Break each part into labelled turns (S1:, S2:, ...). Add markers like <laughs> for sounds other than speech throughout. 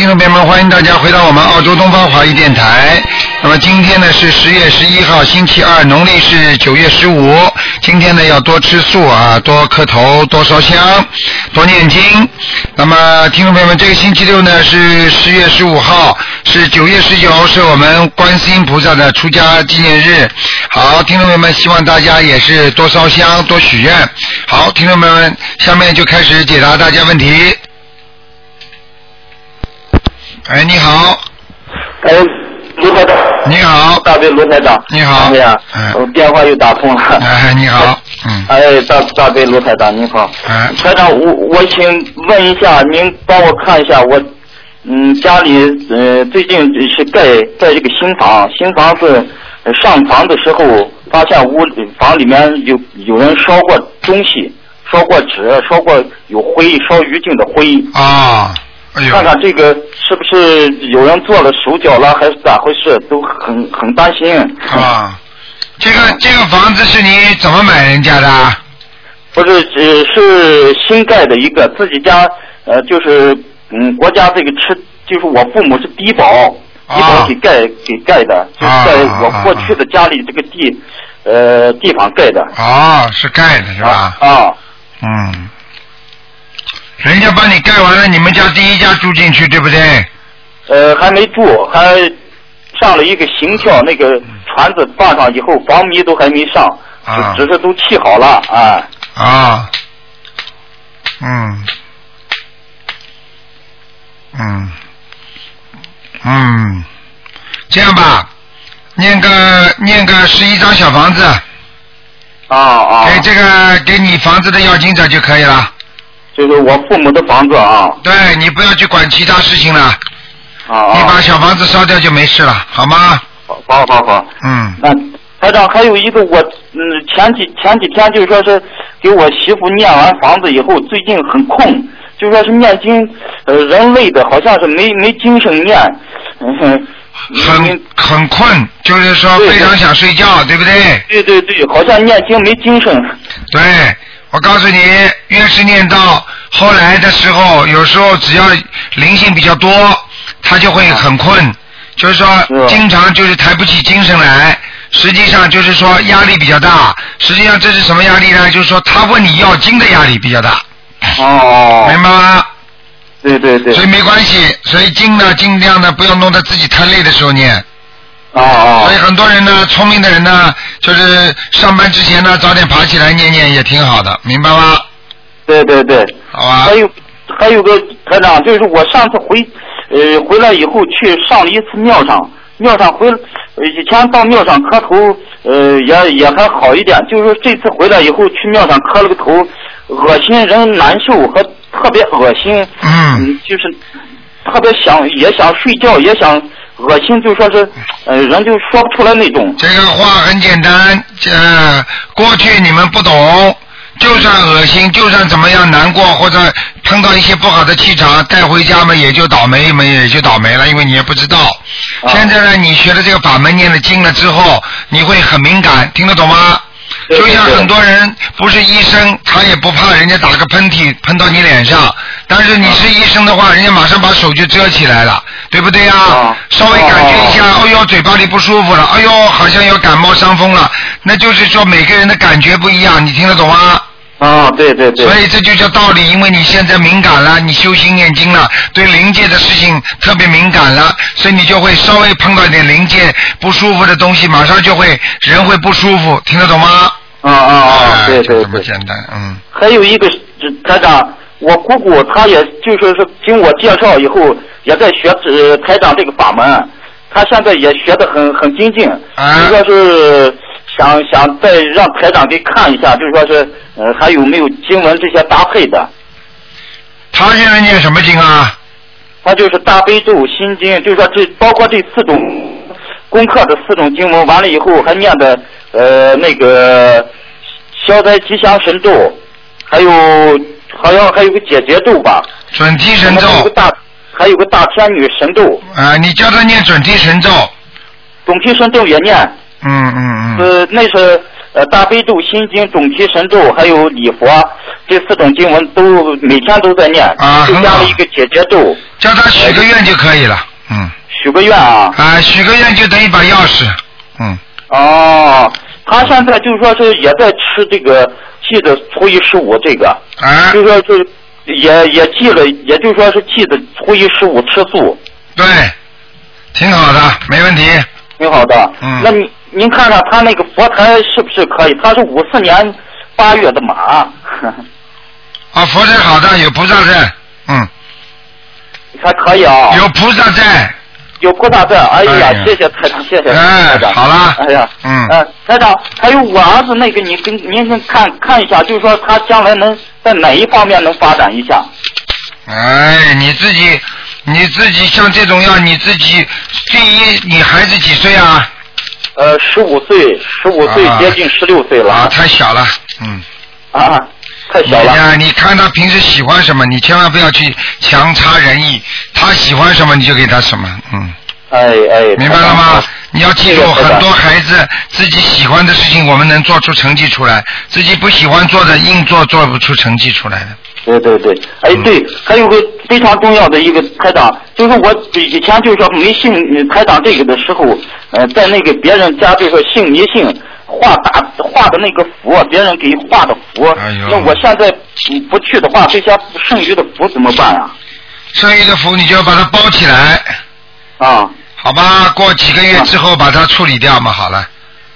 S1: 迎大家回到我们澳洲东方华语电台。那么今天呢是十月十一号，星期二，农历是九月十五。今天呢要多吃素啊，多磕头，多烧香，多念经。那么听众朋友们，这个星期六呢是十月十五号，是九月十九，是我们观世音菩萨的出家纪念日。好，听众朋友们，希望大家也是多烧香，多许愿。好，听众朋友们，下面就开始解答大家问题。哎，你好，
S2: 哎，卢台长，
S1: 你好，
S2: 大悲卢台长，
S1: 你好
S2: 哎呀
S1: 嗯，
S2: 我电话又打通了。
S1: 哎，你好，嗯，
S2: 哎，大大悲卢台长，你好。
S1: 哎，
S2: 台长，我我请问一下，您帮我看一下我，嗯，家里呃最近是盖盖这个新房，新房子呃上房的时候，发现屋里房里面有有人烧过东西，烧过纸，烧过有灰，烧余烬的灰。
S1: 啊，哎呦
S2: 看，看这个是不是有人做了手脚了，还是咋回事？都很很担心。
S1: 啊，这个这个房子是你怎么买人家的啊？
S2: 不是，只是新盖的一个自己家，呃，就是嗯，国家这个吃，就是我父母是低保，
S1: 啊
S2: 低保给盖、给盖的，就是
S1: 啊
S2: 在
S1: 啊
S2: 我
S1: 啊
S2: 过去的家里这个地，呃，地方盖的。
S1: 哦，是盖的是吧？
S2: 啊，
S1: 嗯，人家帮你盖完了，你们家第一家住进去，对不对？
S2: 呃，还没住，还上了一个行跳，那
S1: 嗯
S2: 个船子放上以后，房迷都还没上，
S1: 啊
S2: 只只是都砌好了啊。
S1: 啊，嗯，嗯，嗯，这样吧，念个念个十一张小房子，
S2: 啊啊！
S1: 给这个给你房子的要经者就可以了。
S2: 就是我父母的房子啊
S1: 对你不要去管其他事情了，
S2: 啊
S1: 你把
S2: 啊！
S1: 小房子烧掉就没事了，好吗？
S2: 好好好好，
S1: 嗯，
S2: 那啊台长还有一个我嗯前几前几天就是说是给我媳妇念完房子以后，最近很空，就说是念经呃人累的，好像是没没精神念，嗯哼，
S1: 很很困，就是说
S2: 对
S1: 非常想睡觉，对不对？
S2: 对对对，好像念经没精神
S1: 对，我告诉你，越是念到后来的时候，有时候只要灵性比较多，他就会很困，就是说
S2: 啊是啊
S1: 经常就是抬不起精神来。实际上就是说压力比较大，实际上这是什么压力呢？就是说他问你要经的压力比较大，
S2: 哦，
S1: 明白吗？
S2: 对对对，
S1: 啊所以没关系，所以经呢尽量呢不要弄得自己太累的时候念。
S2: 哦哦
S1: 所以很多人呢，聪明的人呢，就是上班之前呢早点爬起来念念也挺好的，明白吗？
S2: 对对对，哎
S1: 好吧
S2: 还。有还有个科长，就是我上次回呃回来以后去上了一次庙上，庙上回呃以前到庙上磕头呃也也还好一点，就是说这次回来以后去庙上磕了个头，恶心人难受和特别恶心，
S1: 嗯，
S2: 就是特别想也想睡觉也想恶心，就说是呃人就说不出来那种。
S1: 这个话很简单，呃，过去你们不懂，就算恶心，就算怎么样难过，或者碰到一些不好的气场，带回家嘛也就倒霉，嘛也就倒霉了，因为你也不知道。
S2: 啊
S1: 现在呢，你学了这个法门，念了经了之后，你会很敏感，听得懂吗？
S2: 对
S1: 就像
S2: 对对
S1: 很多人不是医生，他也不怕人家打个喷嚏喷到你脸
S2: 嗯
S1: 上，但是你是医生的话，人家马上把手就遮起来了，对不对呀、
S2: 啊
S1: 稍微感觉一
S2: 哦
S1: 下，哎呦，嘴巴里不舒服了，哎呦，好像要感冒伤风了，那就是说每个人的感觉不一样，你听得懂吗？
S2: 啊，对对对，
S1: 所以这就叫道理，因为你现在敏感了，你修心念经了，对灵界的事情特别敏感了，所以你就会稍微碰到一点灵界不舒服的东西，马上就会人会不舒服，听得懂吗？
S2: 啊啊啊，
S1: 哎
S2: 对对
S1: 就这么
S2: 对。
S1: 简单，嗯，
S2: 还有一个是台长，我姑姑她也就说是经我介绍以后，也在学呃台长这个法门，她现在也学得很很精进，
S1: 啊
S2: 就说是想想再让台长给看一下，就说是呃还有没有经文这些搭配的，
S1: 他现在念什么经啊？
S2: 她就是大悲咒、心经，就说这包括这四种功课的四种经文，完了以后还念的呃那个消灾吉祥神咒，还有好像还有个解结咒吧。
S1: 准提神
S2: 还有个
S1: 咒
S2: 大，还有个大天女神咒，
S1: 啊、你叫他念准提神咒，
S2: 总提神咒也念，
S1: 嗯嗯嗯，
S2: 呃，那是呃大悲咒、心经、总提神咒，还有礼佛这四种经文都每天都在念，
S1: 啊
S2: 就
S1: 很
S2: 加
S1: 好
S2: 了一个解结咒。
S1: 叫他许个愿就可以了，嗯，
S2: 许个愿啊。
S1: 啊，许个愿就等于把钥匙，嗯，
S2: 哦，他现在就是说是也在吃这个记的初一十五这个，
S1: 啊，
S2: 就说是也也记了，也就是说是记的初一十五吃素，
S1: 对，挺好的，没问题。
S2: 挺好的。
S1: 嗯
S2: 那您您看看他那个佛台是不是可以？他是五四年八月的马， <laughs>
S1: 啊，佛台好的，有菩萨在，嗯，
S2: 还可以啊。
S1: 有菩萨在，
S2: 有菩萨在，哎
S1: 哎
S2: 呀
S1: 呀，
S2: 谢谢台长，谢谢
S1: 哎
S2: 台长，
S1: 好了
S2: 哎呀，
S1: 嗯
S2: 呃，台长，还有我儿子那个，你跟您先看看一下，就是说他将来能在哪一方面能发展一下？
S1: 哎，你自己，你自己像这种药，你自己第一，你孩子几岁啊？
S2: 呃，十五岁，十五岁
S1: 啊
S2: 接近十六岁了
S1: 啊，太小了，嗯，
S2: 啊，太
S1: 你
S2: 小了，
S1: 呀，你看他平时喜欢什么，你千万不要去强差人意，他喜欢什么你就给他什么，嗯，
S2: 哎哎，
S1: 明白了吗？你要记
S2: 是
S1: 住，
S2: 的是的
S1: 很多孩子自己喜欢的事情，我们能做出成绩出来；自己不喜欢做的，硬做做不出成绩出来的。
S2: 对对对，哎
S1: 嗯
S2: 对，还有个非常重要的一个台长，就是我以前就是说没信呃台长这个的时候，呃，在那个别人家就是说信迷信画大画的那个佛，别人给画的佛，
S1: 哎呦
S2: 那我现在不不去的话，这些剩余的佛怎么办啊？
S1: 剩余的符你就要把它包起来，
S2: 啊，
S1: 好吧？过几个月之后把它处理掉嘛，好了，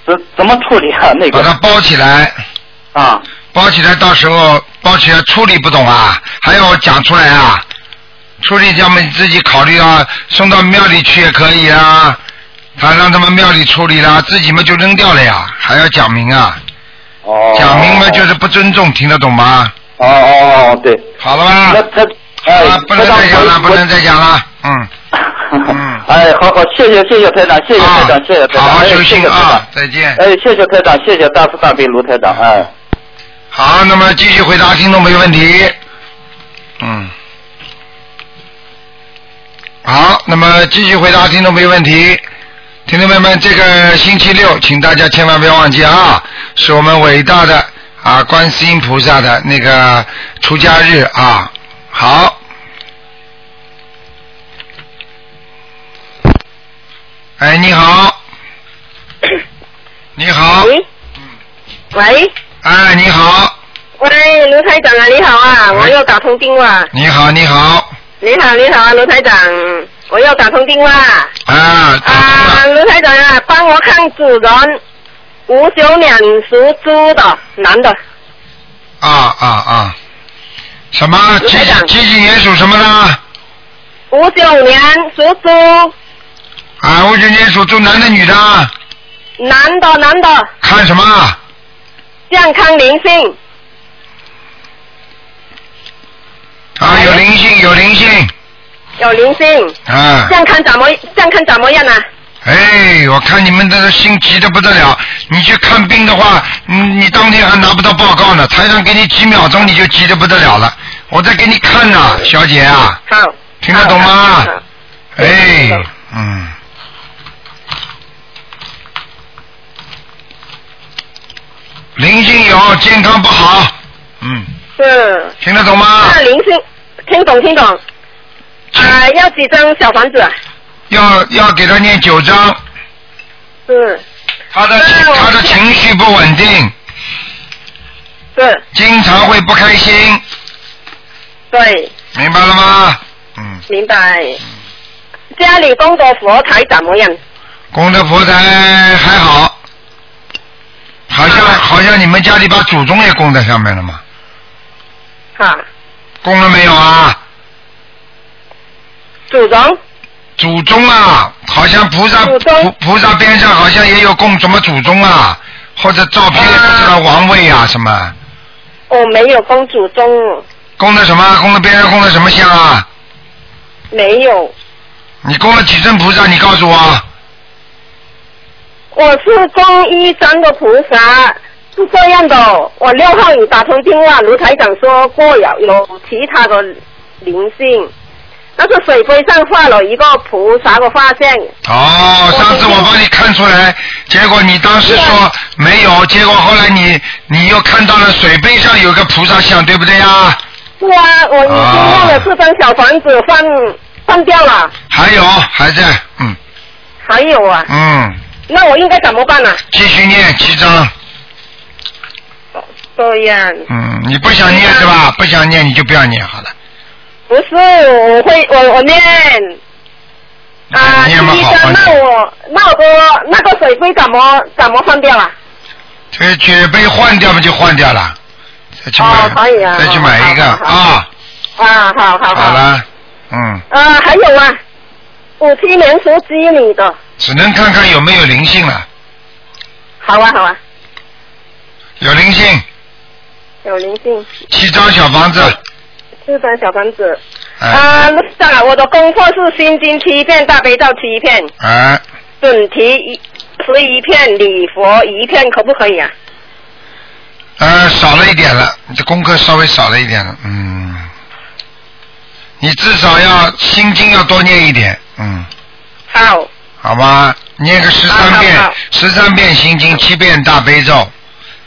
S2: 怎怎么处理啊？那
S1: 把
S2: 个
S1: 它包起来，
S2: 啊，
S1: 包起来，到时候包起来处理不懂啊，还要我讲出来啊？处理他们自己考虑啊，送到庙里去也可以啊，他让他们庙里处理啦，啊自己嘛就扔掉了呀，还要讲明啊？
S2: 哦，
S1: 讲明嘛就是不尊重，听得懂吗？
S2: 哦哦哦，对，
S1: 好了吧
S2: 那？他哎
S1: 啊，，不能
S2: 台长
S1: 再讲了，
S2: 我
S1: 不能再讲了，嗯。嗯
S2: <laughs> 哎，好好，谢谢谢谢台长，谢谢台长，谢谢台
S1: 啊
S2: 长，
S1: 好好
S2: 哎
S1: 修
S2: 谢谢
S1: 心
S2: 台长
S1: 啊，，再见。
S2: 哎，谢谢台长，谢谢大慈大悲卢台长，哎。
S1: 好，那么继续回答听众朋友问题。嗯。好，那么继续回答听众朋友问题。听众朋友们，这个星期六，请大家千万不要忘记啊，是我们伟大的啊观世音菩萨的那个出家日啊。好。哎，你好。你好。嗯
S3: 喂，喂，
S1: 哎，你好。
S3: 喂，卢台长啊，你好啊，我又打通电话。
S1: 你好，你好，
S3: 你好，你好啊，卢台长，我又打通电话。
S1: 啊，打通
S3: 啊，
S1: 了，
S3: 卢台长啊，帮我看主人，五九年属猪的男的，
S1: 啊啊啊，什么？
S3: 卢
S1: 几
S3: 台长
S1: 几几年属什么啊呢？
S3: 五九年属猪
S1: 啊，五九年属猪，男的女的？
S3: 男的男的，
S1: 看什么？
S3: 健康灵性。
S1: 啊，
S3: 哎
S1: 有灵性，有灵性，
S3: 有灵性，
S1: 啊，
S3: 健康怎么健康怎么样啊？
S1: 哎，我看你们这个心急的不得了。你去看病的话，你你当天还拿不到报告呢，台上给你几秒钟你就急得不得了了。我在给你看呢、小姐啊，
S3: 好，
S1: 听得懂吗
S3: 好好好好
S1: 哎，嗯。灵性有，健康不好。嗯，
S3: 是，
S1: 听得懂吗？嗯
S3: 那啊灵性听懂听懂啊？要几张小房子啊？
S1: 要要给他念九章，
S3: 是
S1: 他的情
S3: 那我
S1: 他的情绪不稳定，
S3: 是，
S1: 经常会不开心，
S3: 对，
S1: 明白了吗？嗯，
S3: 明白。家里供的佛台怎么样？
S1: 功德佛台还好，好像
S3: 啊
S1: 好像你们家里把祖宗也供在上面了吗？
S4: 啊
S3: 哈，
S1: 供了没有啊？
S3: 祖宗
S1: 祖宗啊，好像菩萨
S3: 祖宗
S1: 菩菩萨边上好像也有供什么祖宗啊，或者照片
S3: 啊
S1: 什么王位啊什么，
S3: 我哦没有供祖宗，
S1: 供的什么？供的边上供的什么像啊？
S3: 没有，
S1: 你供了几尊菩萨？你告诉我，
S3: 我是供一张的菩萨。是这样的，我六号有打通电话，卢台长说过有有其他的灵性，但是水杯上画了一个菩萨的画像，
S1: 哦，上次我帮你看出来，结果你当时说没有，结果后来你你又看到了水杯上有个菩萨像，对不对呀？
S3: 是啊，我已经用了这张小房子放放掉了，
S1: 还有还在，嗯
S3: 还有啊，
S1: 嗯，
S3: 那我应该怎么办呢、啊
S1: 继续念七章，
S3: 这样，
S1: 嗯，你不想念是
S3: 嗯
S1: 吧？不想念你就不要念好了，
S3: 不是，我会我我念啊，第
S1: 念吧
S3: 一
S1: 好好
S3: 张，那
S1: 念。
S3: 我那我个那个水杯怎么怎么放掉啊？
S1: 这这被换掉嘛就换掉了，再去买，
S3: 哦可以啊
S1: 再去买一个
S3: 好好好
S1: 啊，
S3: 啊，好好
S1: 好。了，嗯，
S3: 啊，还有啊，五七年属鸡女的，
S1: 只能看看有没有灵性了，
S3: 好啊好啊，
S1: 有灵性，
S3: 有灵性，
S1: 七张小房子，
S3: 四张小房子。
S1: 哎
S3: 啊，陆长啊，我的功课是心经七片，大悲咒七片，
S1: 哎，
S3: 准提一十一片，礼佛一片，可不可以啊？
S1: 呃，少了一点了，你的功课稍微少了一点了，嗯，你至少要心经要多念一点，嗯，
S3: 好，
S1: 好吧，念个十三
S3: 好好
S1: 遍
S3: 好，
S1: 十三遍心经，七遍大悲咒，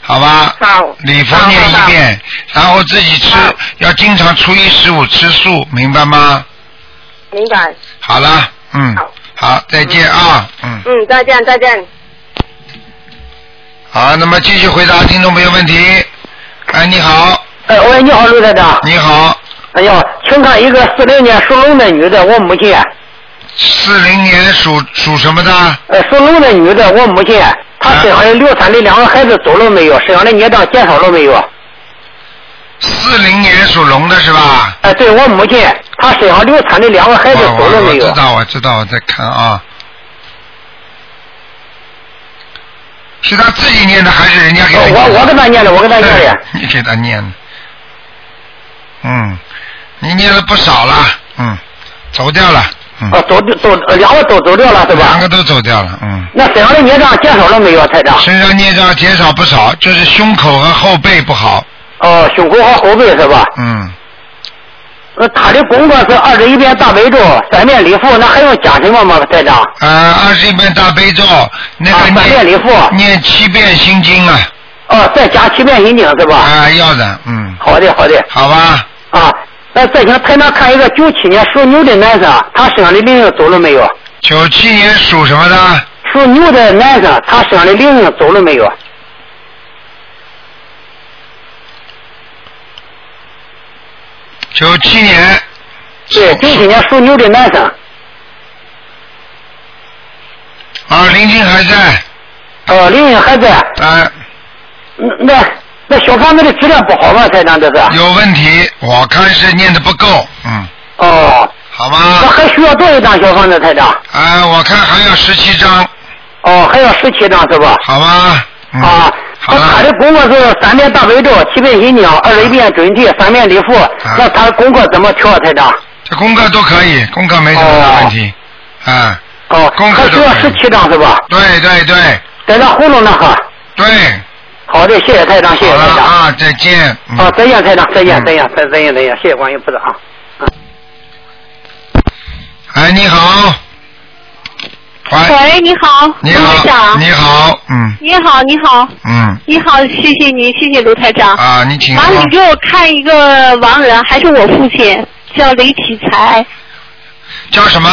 S1: 好吧？
S3: 好
S1: 礼佛念一遍，然后自己吃
S3: 好，
S1: 要经常初一十五吃素，明白吗？
S3: 明白。
S1: 好了，嗯
S3: 好，
S1: 好，再见啊，嗯，
S3: 嗯，再见再见。
S1: 好，那么继续回答听众朋友问题。哎，你好，
S4: 哎，喂，你好，陆站长。
S1: 你好，
S4: 哎呀，请看一个四零年呃属龙的女的，我母亲。
S1: 四零年属属什么的？
S4: 呃，属龙的女的，我母亲，她身上的流产的两个孩子走了没有？身上的孽障减少了没有？
S1: 四零年属龙的是吧？
S4: 哎，对我母亲，她身上流产的两个孩
S1: 我
S4: 子走了
S1: 我我
S4: 没有
S1: 知？道，我知道，我在看啊。是他自己念的还是人家给他
S4: 呃
S1: 念的？
S4: 我我给她念的，我给她念的。
S1: 你给他念的。嗯，你念了不少了，嗯，走掉了，嗯，
S4: 哦，走走，呃两个都走掉了是
S1: 两个
S4: 吧？
S1: 都走掉了，嗯，
S4: 那身上的孽障减少了没有，台长？
S1: 身上孽障减少不少，就是胸口和后背不好，
S4: 哦，胸口和后背是吧？
S1: 嗯，
S4: 呃，她的功课是二十一遍大悲咒，三遍礼佛，那还用加什么吗，台长？
S1: 呃，二十一遍大悲咒，那
S4: 啊
S1: 个
S4: 三遍礼
S1: 念、
S4: 佛，
S1: 念七遍心经啊，
S4: 哦，再加七遍心经是吧？
S1: 啊，要的，嗯，
S4: 好的，好的。
S1: 好吧，
S4: 啊，那再请台长看一个九七年属牛的男生，他身上的灵性走了没有？
S1: 九七年属什么的？
S4: 属牛的男生，他身上的灵性走了没有？
S1: 九七年，
S4: 对，九七年属牛的男生，
S1: 啊，灵性还在，
S4: 呃，灵性还在，
S1: 啊，
S4: 嗯那那小房子的质量不好吗？台长这是？啊
S1: 有问题，我看是念的不够，嗯，
S4: 哦，
S1: 好
S4: 那
S1: 吗？
S4: 还需要多少张小房子，台长？
S1: 啊，我看还有十七张，
S4: 哦，还要十七张是吧？
S1: 好吗？嗯、
S4: 啊，
S1: 好
S4: 那他
S1: 了
S4: 的，功课是三遍大悲咒，七遍心经，二十一遍准提，三遍礼佛。
S1: 啊
S4: 那他的功课怎么调，台长？
S1: 这功课都可以，功课没什么大问题，啊，
S4: 哦，
S1: 功课
S4: 还
S1: 都
S4: 需要
S1: 可以
S4: 十七张是吧？
S1: 对对对
S4: 在那糊弄那哈。
S1: 对，
S4: 好的，谢谢台长，谢谢
S1: 好
S4: 台
S1: 了
S4: 长。
S1: 啊，再见，嗯、
S4: 啊，再见，台长，再见，
S1: 嗯
S4: 再见，再再见，再见，谢谢观音菩萨啊。
S1: 哎，你好，喂，
S5: 喂，你好，
S1: 你
S5: 卢台
S1: 好，
S5: 长，
S1: 你好，嗯
S5: 你好，你好，
S1: 嗯，
S5: 你好，谢谢您，谢谢卢台长。
S1: 啊，你请
S5: 麻烦
S1: 说
S5: 你，给我看一个亡人，还是我父亲，叫雷启才，
S1: 叫什么？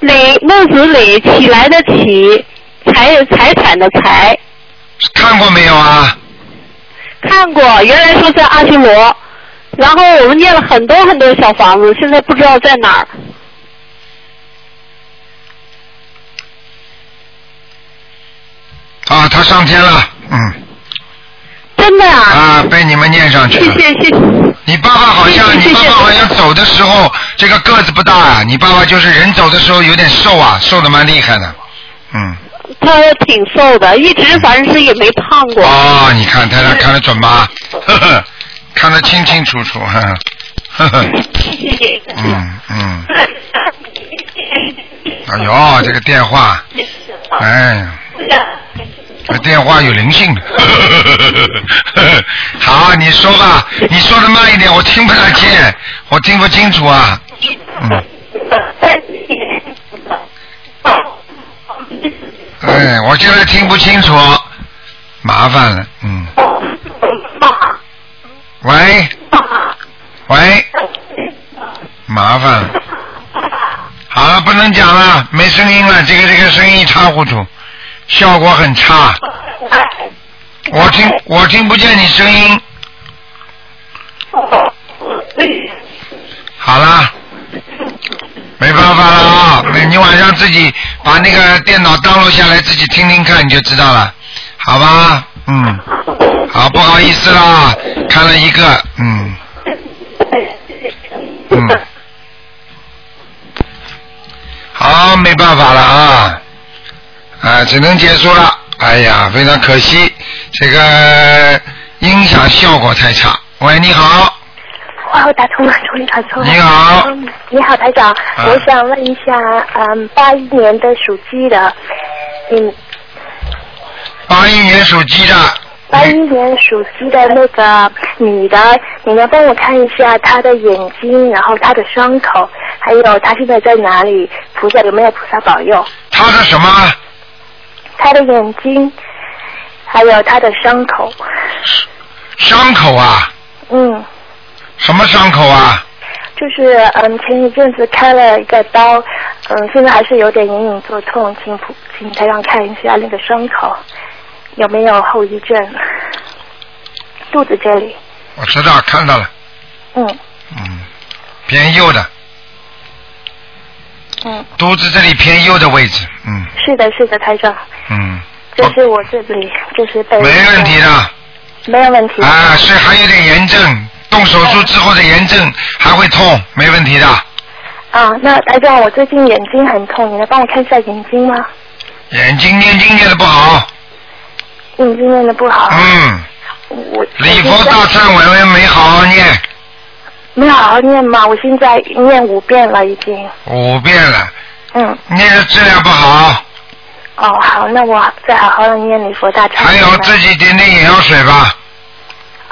S5: 雷孟子磊起来的起，财财产的财。
S1: 看过没有啊？
S5: 看过，原来说在阿修罗，然后我们念了很多很多小房子，现在不知道在哪儿。
S1: 啊，他上天了，嗯，
S5: 真的啊！
S1: 啊，被你们念上去
S5: 谢
S1: 了。
S5: 谢谢谢。
S1: 你爸爸好像，
S5: 谢谢
S1: 你爸
S5: 谢
S1: 爸
S5: 谢
S1: 好像走的时候，这个个子不大啊。你爸爸就是人走的时候有点瘦啊，瘦的蛮厉害的。嗯。
S5: 他挺瘦的，一直反正是也没胖过。
S1: 哦，你看台长看得准吧？ <laughs> 呵呵，看得清清楚楚，呵呵呵呵。
S5: 谢谢。
S1: <laughs> 嗯嗯。哎呦，这个电话，哎呀，这啊电话有灵性的。 <laughs> 呵呵呵呵呵呵好，你说吧，你说的慢一点，我听不大见，我听不清楚啊。嗯。哎，我现在听不清楚，麻烦了，嗯。喂，喂，麻烦了，能讲了，没声音了，这个这个声音一塌糊涂，效果很差。我听我听不见你声音。好啦，没办法了啊、你你晚上自己把那个电脑登录下来，自己听听看，你就知道了，好吧？嗯，好，不好意思啦，看了一个，嗯，嗯，好，没办法了啊，啊，只能结束了。哎呀，非常可惜，这个音响效果太差。喂，你好，
S6: 哦，打通了，终于打通了。
S1: 你好
S6: 嗯，你好，台长，
S1: 啊
S6: 我想问一下，嗯，八一年的属鸡的，嗯，
S1: 八一年属鸡的，
S6: 八一年属鸡的那个女的，你能帮我看一下她的眼睛，然后她的伤口，还有她现在在哪里？菩萨有没有菩萨保佑？
S1: 他的什么？
S6: 她的眼睛，还有她的伤口，
S1: 伤口啊？
S6: 嗯。
S1: 什么伤口啊？
S6: 就是嗯，前一阵子开了一个刀，嗯，现在还是有点隐隐作痛，请普请台长看一下那个伤口有没有后遗症，肚子这里，
S1: 我知道，看到了，
S6: 嗯
S1: 嗯，偏右的，
S6: 嗯，
S1: 肚子这里偏右的位置，嗯
S6: 是的，是的，台长，
S1: 嗯，
S6: 这是我这里，就是被
S1: 没问题，的，
S6: 没有问题，
S1: 啊，是还有点炎症，动手术之后的炎症还会痛，没问题的，
S6: 啊，那台长，我最近眼睛很痛，你能帮我看一下眼睛吗？
S1: 眼睛念经念的不好，
S6: 眼睛念的不好，
S1: 嗯，
S6: 啊我
S1: 礼佛大忏悔文没好好念
S6: 没有好好念吗？我现在念五遍了已经，
S1: 五遍了，
S6: 嗯。
S1: 念的质量不好，
S6: 哦，好，那我再好好的念礼佛大忏悔
S1: 还有
S6: 文
S1: 自己点点眼药水吧，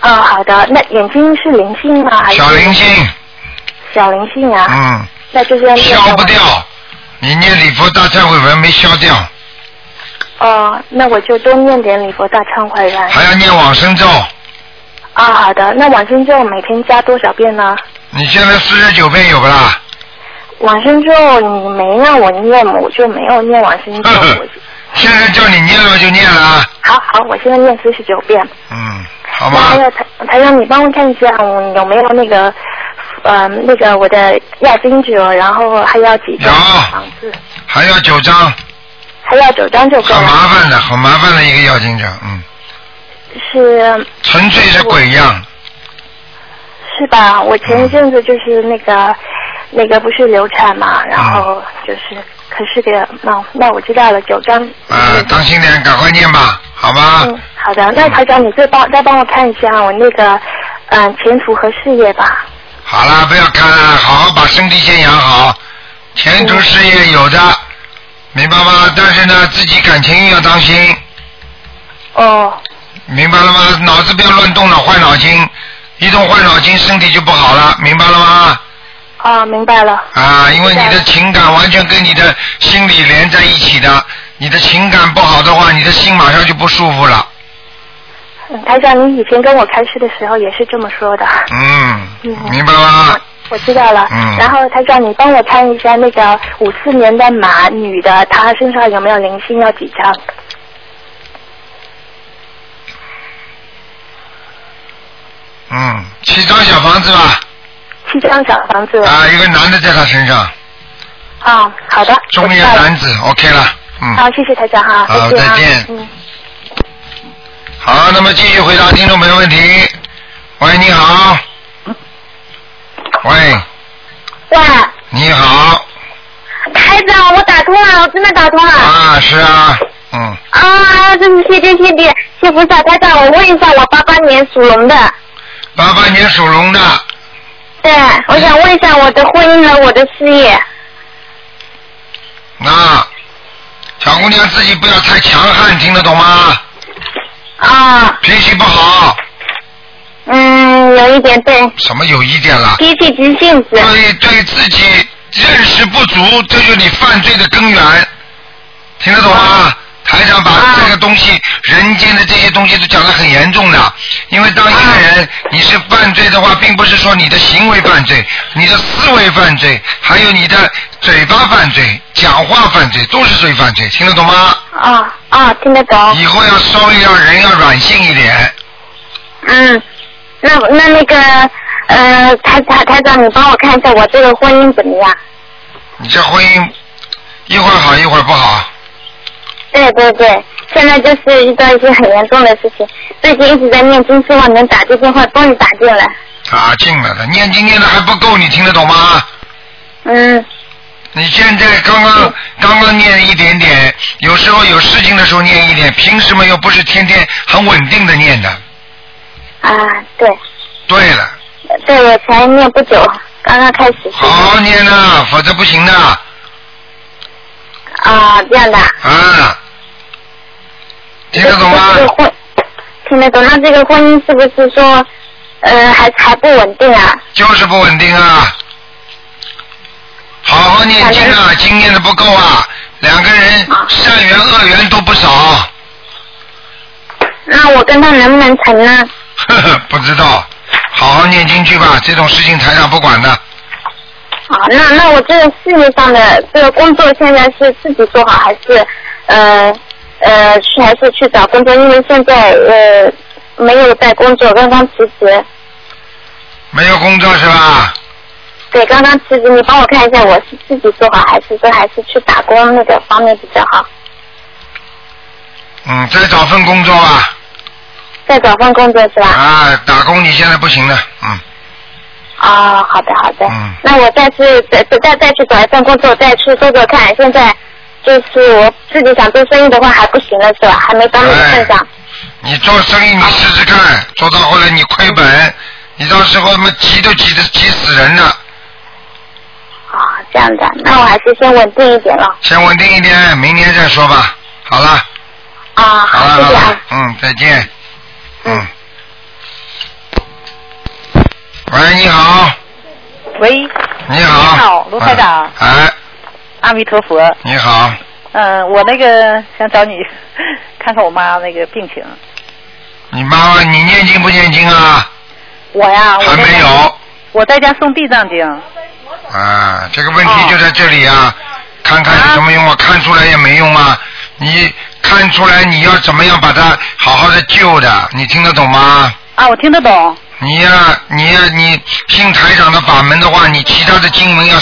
S6: 哦，好的，那眼睛是灵性吗？还是
S1: 小灵性，
S6: 小灵性哎啊，
S1: 嗯。
S6: 那就是要念
S1: 消
S6: 到
S1: 不掉。你念礼佛大忏悔文没消掉，
S6: 啊哦，那我就多念点礼佛大忏悔文。
S1: 还要念往生咒。
S6: 啊、好的，那往生咒每天加多少遍呢？
S1: 你现在四十九遍有不啦？
S6: 往生咒你没让我念，我就没有念往生
S1: <laughs>
S6: 咒。我就
S1: 现在叫你念了就念了啊，
S6: 好好，我现在念四十九遍。
S1: 嗯，好
S6: 那
S1: 吗
S6: 还？有台台长，你帮我看一下我有没有那个，呃，那个我的亚金者，然后还要几张
S1: 有
S6: 房子，
S1: 还要九张，
S6: 还要九张就够
S1: 很
S6: 了。
S1: 麻烦的，很麻烦的一个要经者，嗯，
S6: 是嗯
S1: 纯粹是鬼样，
S6: 是吧？我前一阵子就是那个，那个不是流产嘛，然后就是，可是给那那我知道了，九张。
S1: 啊，当心点，赶快念吧，好吗？
S6: 嗯，好的，那台长，你再帮再帮我看一下我那个，嗯、前途和事业吧。
S1: 好啦，不要看了，好好把身体先养好，前途事业有的，明白吗？但是呢，自己感情要当心，
S6: 哦，
S1: 明白了吗？脑子不要乱动了，坏脑筋，一动坏脑筋，身体就不好了，明白了吗？
S6: 啊，明白了。
S1: 啊，因为你的情感完全跟你的心理连在一起的，你的情感不好的话，你的心马上就不舒服了。
S6: 嗯，台长，你以前跟我开示的时候也是这么说的。
S1: 嗯，
S6: 嗯
S1: 明白吗？
S6: 我知道了，
S1: 嗯
S6: 然后台长，你帮我看一下那个五四年的马女的，她身上有没有灵性，要几张？
S1: 嗯，七张小房子吧，
S6: 七张小房子。
S1: 啊，一个男的在他身上，
S6: 啊、好的。
S1: 中
S6: 我知
S1: 年
S6: 道了
S1: 男子，OK 了，嗯。
S6: 好，谢谢台长哈，
S1: 好
S6: 啊
S1: 再见
S6: 嗯，
S1: 好，那么继续回答听众朋友问题。喂，你好。喂，
S3: 哇，
S1: 你好。
S3: 台长，我打通了，我真的打通了。
S1: 啊，是啊，嗯，
S3: 啊，真是谢天谢地，谢菩萨！台长，我问一下，我八八年属龙的，
S1: 八八年属龙的，
S3: 对，我想问一下我的婚姻和我的事业。
S1: 那啊小姑娘自己不要太强悍，听得懂吗？
S3: 啊，
S1: 脾气不好，
S3: 嗯，有一点对，
S1: 什么有一点了？
S3: 脾气急性子。
S1: 对对自己
S7: 啊
S1: 认识不足，这就是你犯罪的根源，听得懂吗？台上把这个东西、人间的这些东西都讲得很严重的。因为当一个
S7: 啊
S1: 人你是犯罪的话，并不是说你的行为犯罪，你的思维犯罪，还有你的嘴巴犯罪、讲话犯罪，都是罪犯罪，听得懂吗？
S7: 啊啊，听得懂。
S1: 以后要稍微要人要软性一点，
S7: 嗯，那那那个呃，台台台长，你帮我看一下我这个婚姻怎么样？
S1: 你这婚姻一会儿好一会儿不好。
S7: 对对对，现在就是遇到一些很严重的事情，最近一直在念经，希望能打这电话，终于打进来。
S1: 打啊进来了，念经念的还不够，你听得懂吗？
S7: 嗯
S1: 你现在刚刚刚刚念一点点，有时候有事情的时候念一点，平时嘛又不是天天很稳定的念的。
S7: 啊，对
S1: 对了，
S7: 对，我才念不久，刚刚开始。
S1: 好好念呐、否则不行的
S7: 啊，这样的啊。
S1: 啊。听得懂
S7: 那这个
S1: 吗？
S7: 婚，听得懂？那这个婚姻是不是说，呃，还还不稳定啊？
S1: 就是不稳定啊。好好念经啊，经念的不够啊，两个人善缘恶缘都不少，
S7: 那我跟他能不能成啊呢？
S1: 呵呵， <laughs> 不知道。好好念经去吧，这种事情台上不管的。
S7: 好，啊那那我这个事业上的这个工作现在是自己做好，还是呃呃去还是去找工作？因为现在呃没有在工作，刚刚辞职。
S1: 没有工作是吧？
S7: 对，刚刚辞职，你帮我看一下，我是自己做好，还是说还是去打工那个方面比较好？
S1: 嗯，再找份工作吧。
S7: 再找份工作是吧？
S1: 啊，打工你现在不行了，嗯
S7: 哦，好的好的。
S1: 嗯
S7: 那我再去再再再去找一份工作，再去做做看。现在就是我自己想做生意的话还不行了是吧？还没到那个
S1: 哎
S7: 份上。
S1: 你做生意你试试看，做到后来你亏本，你到时候嘛急都急得急死人了。
S7: 啊、这样的，那我还是先稳定一点了。
S1: 先稳定一点，明年再说吧。好了，
S7: 啊，
S1: 好了，
S7: 好，谢
S1: 好
S7: 谢
S1: 了
S7: 啊。，
S1: 嗯，再见。嗯。喂，你好，
S8: 喂，
S1: 你好，
S8: 你好卢台长
S1: 嗯哎，
S8: 阿弥陀佛。
S1: 你好，
S8: 嗯、我那个想找你 <laughs> 看看我妈那个病情。
S1: 你妈妈，你念经不念经啊？
S8: 我呀，我
S1: 还
S8: 在
S1: 没
S8: 家
S1: 有。
S8: 我在家送地藏经。
S1: 啊，这个问题就在这里啊，
S8: 哦
S1: 看看有什么用啊？看出来也没用啊。你看出来，你要怎么样把它好好的救的？你听得懂吗？
S8: 啊，我听得懂。
S1: 你呀、你呀、你信台长的法门的话，你其他的经文要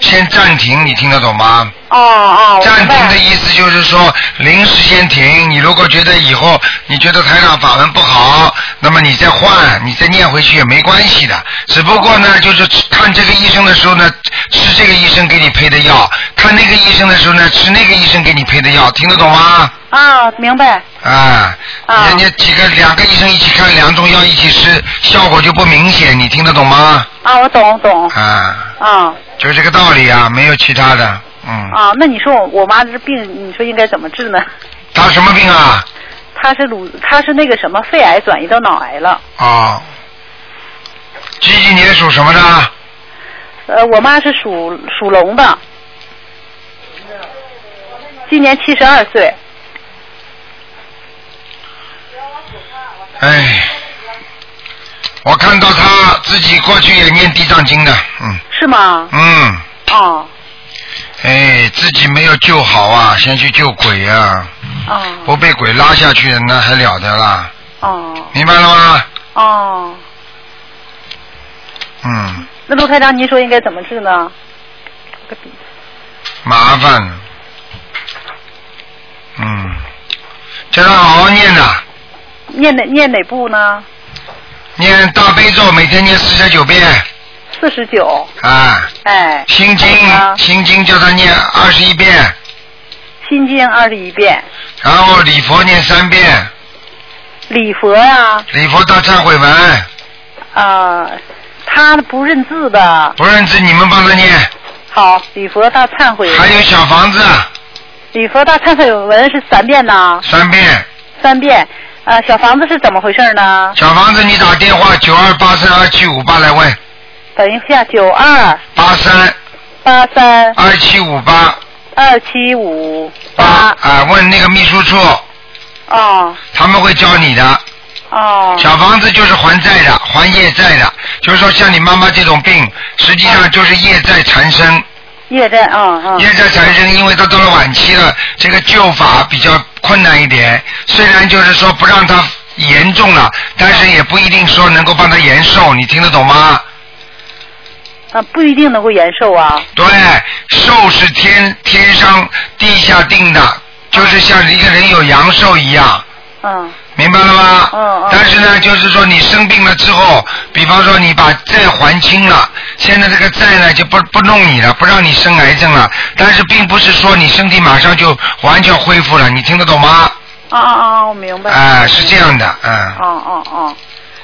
S1: 先暂停，你听得懂吗？
S8: 哦哦，我
S1: 暂
S8: 明
S1: 停的
S8: 白。
S1: 意思就是说临时先停。你如果觉得以后你觉得台长法门不好，那么你再换，你再念回去也没关系的。只不过呢，就是看这个医生的时候呢，吃这个医生给你配的药；看那个医生的时候呢，吃那个医生给你配的药，听得懂吗？
S8: 啊，明白。
S1: 啊，
S8: 啊
S1: 人家几个两个医生一起看，两种药一起吃，效果就不明显，你听得懂吗？
S8: 啊，我懂懂。
S1: 啊，
S8: 啊
S1: 就这个道理啊，没有其他的。嗯，
S8: 啊，那你说我我妈这病，你说应该怎么治呢？
S1: 他什么病啊？
S8: 她是乳，她是那个什么肺癌转移到脑癌了。
S1: 哦，几几年属什么的？
S8: 呃，我妈是属属龙的，今年七十二岁。
S1: 哎，我看到他自己过去也念地藏经的，嗯
S8: 是吗？
S1: 嗯，
S8: 哦
S1: 哎，自己没有救好啊，先去救鬼啊，
S8: 哦
S1: 不被鬼拉下去那还了得啦，
S8: 哦
S1: 明白了吗？
S8: 哦，
S1: 嗯，
S8: 那陆台长，您说应该怎么治呢？
S1: 麻烦了，嗯，叫他好好念呐、
S8: 念哪念哪部呢？
S1: 念大悲咒，每天念四十九遍
S8: 四十九，
S1: 啊，
S8: 哎，
S1: 心经
S8: 还有呢，
S1: 心经叫他念二十一遍。
S8: 心经二十一遍，
S1: 然后礼佛念三遍，
S8: 礼佛呀、
S1: 礼佛大忏悔文，
S8: 啊，他不认字的，
S1: 不认字你们帮他念，
S8: 好，礼佛大忏悔，
S1: 还有小房子
S8: 礼佛大忏悔文是三遍呢，
S1: 三遍，
S8: 三遍。啊，小房子是怎么回事呢？
S1: 小房子你打电话九二八三二七五八来问，
S8: 等一下，九二
S1: 八三啊
S8: 八三
S1: 二七五八
S8: 二七五啊
S1: 啊，问那个秘书处，
S8: 哦
S1: 他们会教你的。
S8: 哦
S1: 小房子就是还债的，还业债的，就是说像你妈妈这种病，实际上就是业债缠身，
S8: 业债啊啊
S1: 业债缠身，因为她到了晚期了，这个救法比较困难一点。虽然就是说不让她严重了，但是也不一定说能够帮她延寿，你听得懂吗？
S8: 啊不一定能够延寿啊
S1: 对，寿哎是天天上地下定的，就是像一个人有阳寿一样。
S8: 嗯
S1: 明白了吗？
S8: 嗯嗯
S1: 但是呢，就是说你生病了之后，比方说你把债还清了，现在这个债呢就不不弄你了，不让你生癌症了。但是并不是说你身体马上就完全恢复了，你听得懂吗？
S8: 啊啊啊我明白
S1: 哎、是这样的，
S8: 哦
S1: 嗯。
S8: 哦哦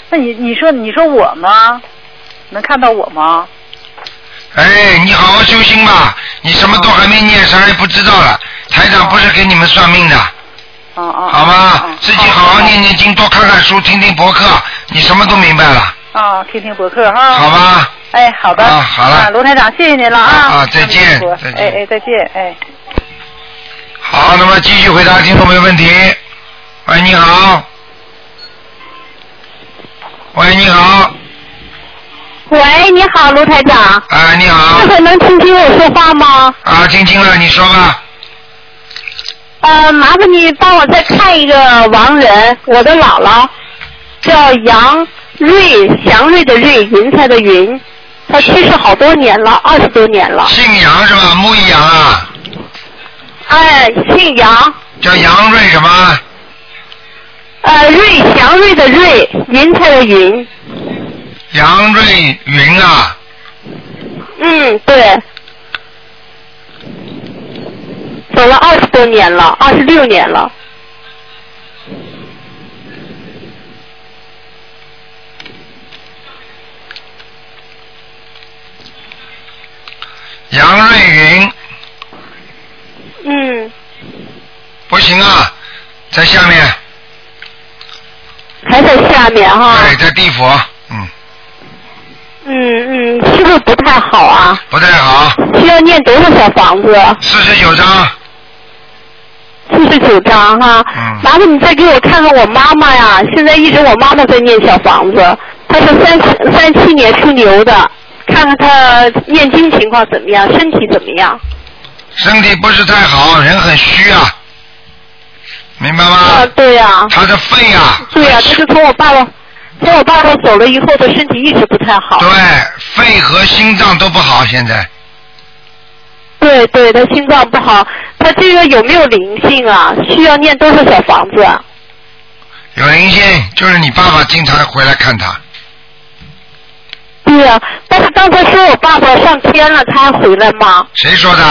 S8: 那你你说你说我吗能看到我吗
S1: 哎，你好好修心吧，你什么都还没念，啥也不知道了。台长不是给你们算命的，
S8: 哦哦
S1: 好
S8: 哦
S1: 吗
S8: 哦？
S1: 自己好好念念经，多看看书，听听博客，你什么都明白了，
S8: 啊听听博客哈
S1: 好吧？
S8: 哎，好的，
S1: 啊好了
S8: 罗台长，谢谢您了
S1: 啊
S8: 啊，
S1: 啊再见再见
S8: 哎哎，再见，哎，
S1: 好，那么继续回答听众朋友问题。喂，你好。喂，你好。
S3: 喂，你好，卢台长，
S1: 啊，你好
S3: 这。回能听清我说话吗？
S1: 啊，听清了，你说吧。
S3: 呃，麻烦你帮我再看一个亡人，我的姥姥叫杨瑞，祥瑞的瑞，云彩的云，她去世好多年了，二十多年了。
S1: 姓杨是吧？木一杨啊，
S3: 哎，姓杨，
S1: 叫杨瑞什么？
S3: 呃，瑞祥瑞的瑞，云彩的云。
S1: 杨瑞云啊。
S3: 嗯，对。走了二十多年了，二十六年了。
S1: 杨瑞云
S3: 嗯，
S1: 不行啊，在下面，
S3: 还在下面哈。
S1: 对，在地府，嗯，
S3: 嗯嗯，是不是不太好啊？
S1: 不太好。
S3: 需要念多少小房子？
S1: 四十九章，
S3: 四十九章哈。
S1: 嗯
S3: 麻烦你再给我看看我妈妈呀，现在一直我妈妈在念小房子，她是三七三七年属牛的，看看她念经情况怎么样，身体怎么样？
S1: 身体不是太好，人很虚啊，明白
S3: 啊
S1: 吗？，
S3: 对呀、
S1: 他的肺啊，
S3: 对呀、她就从我爸爸，从我爸爸走了以后，她身体一直不太好。
S1: 对，肺和心脏都不好，现在
S3: 对对，她心脏不好，她这个有没有灵性啊？需要念多少小房子？啊
S1: 有灵性，就是你爸爸经常回来看他。
S3: 对呀、但是刚才说我爸爸上天了，他还回来吗？
S1: 谁说的？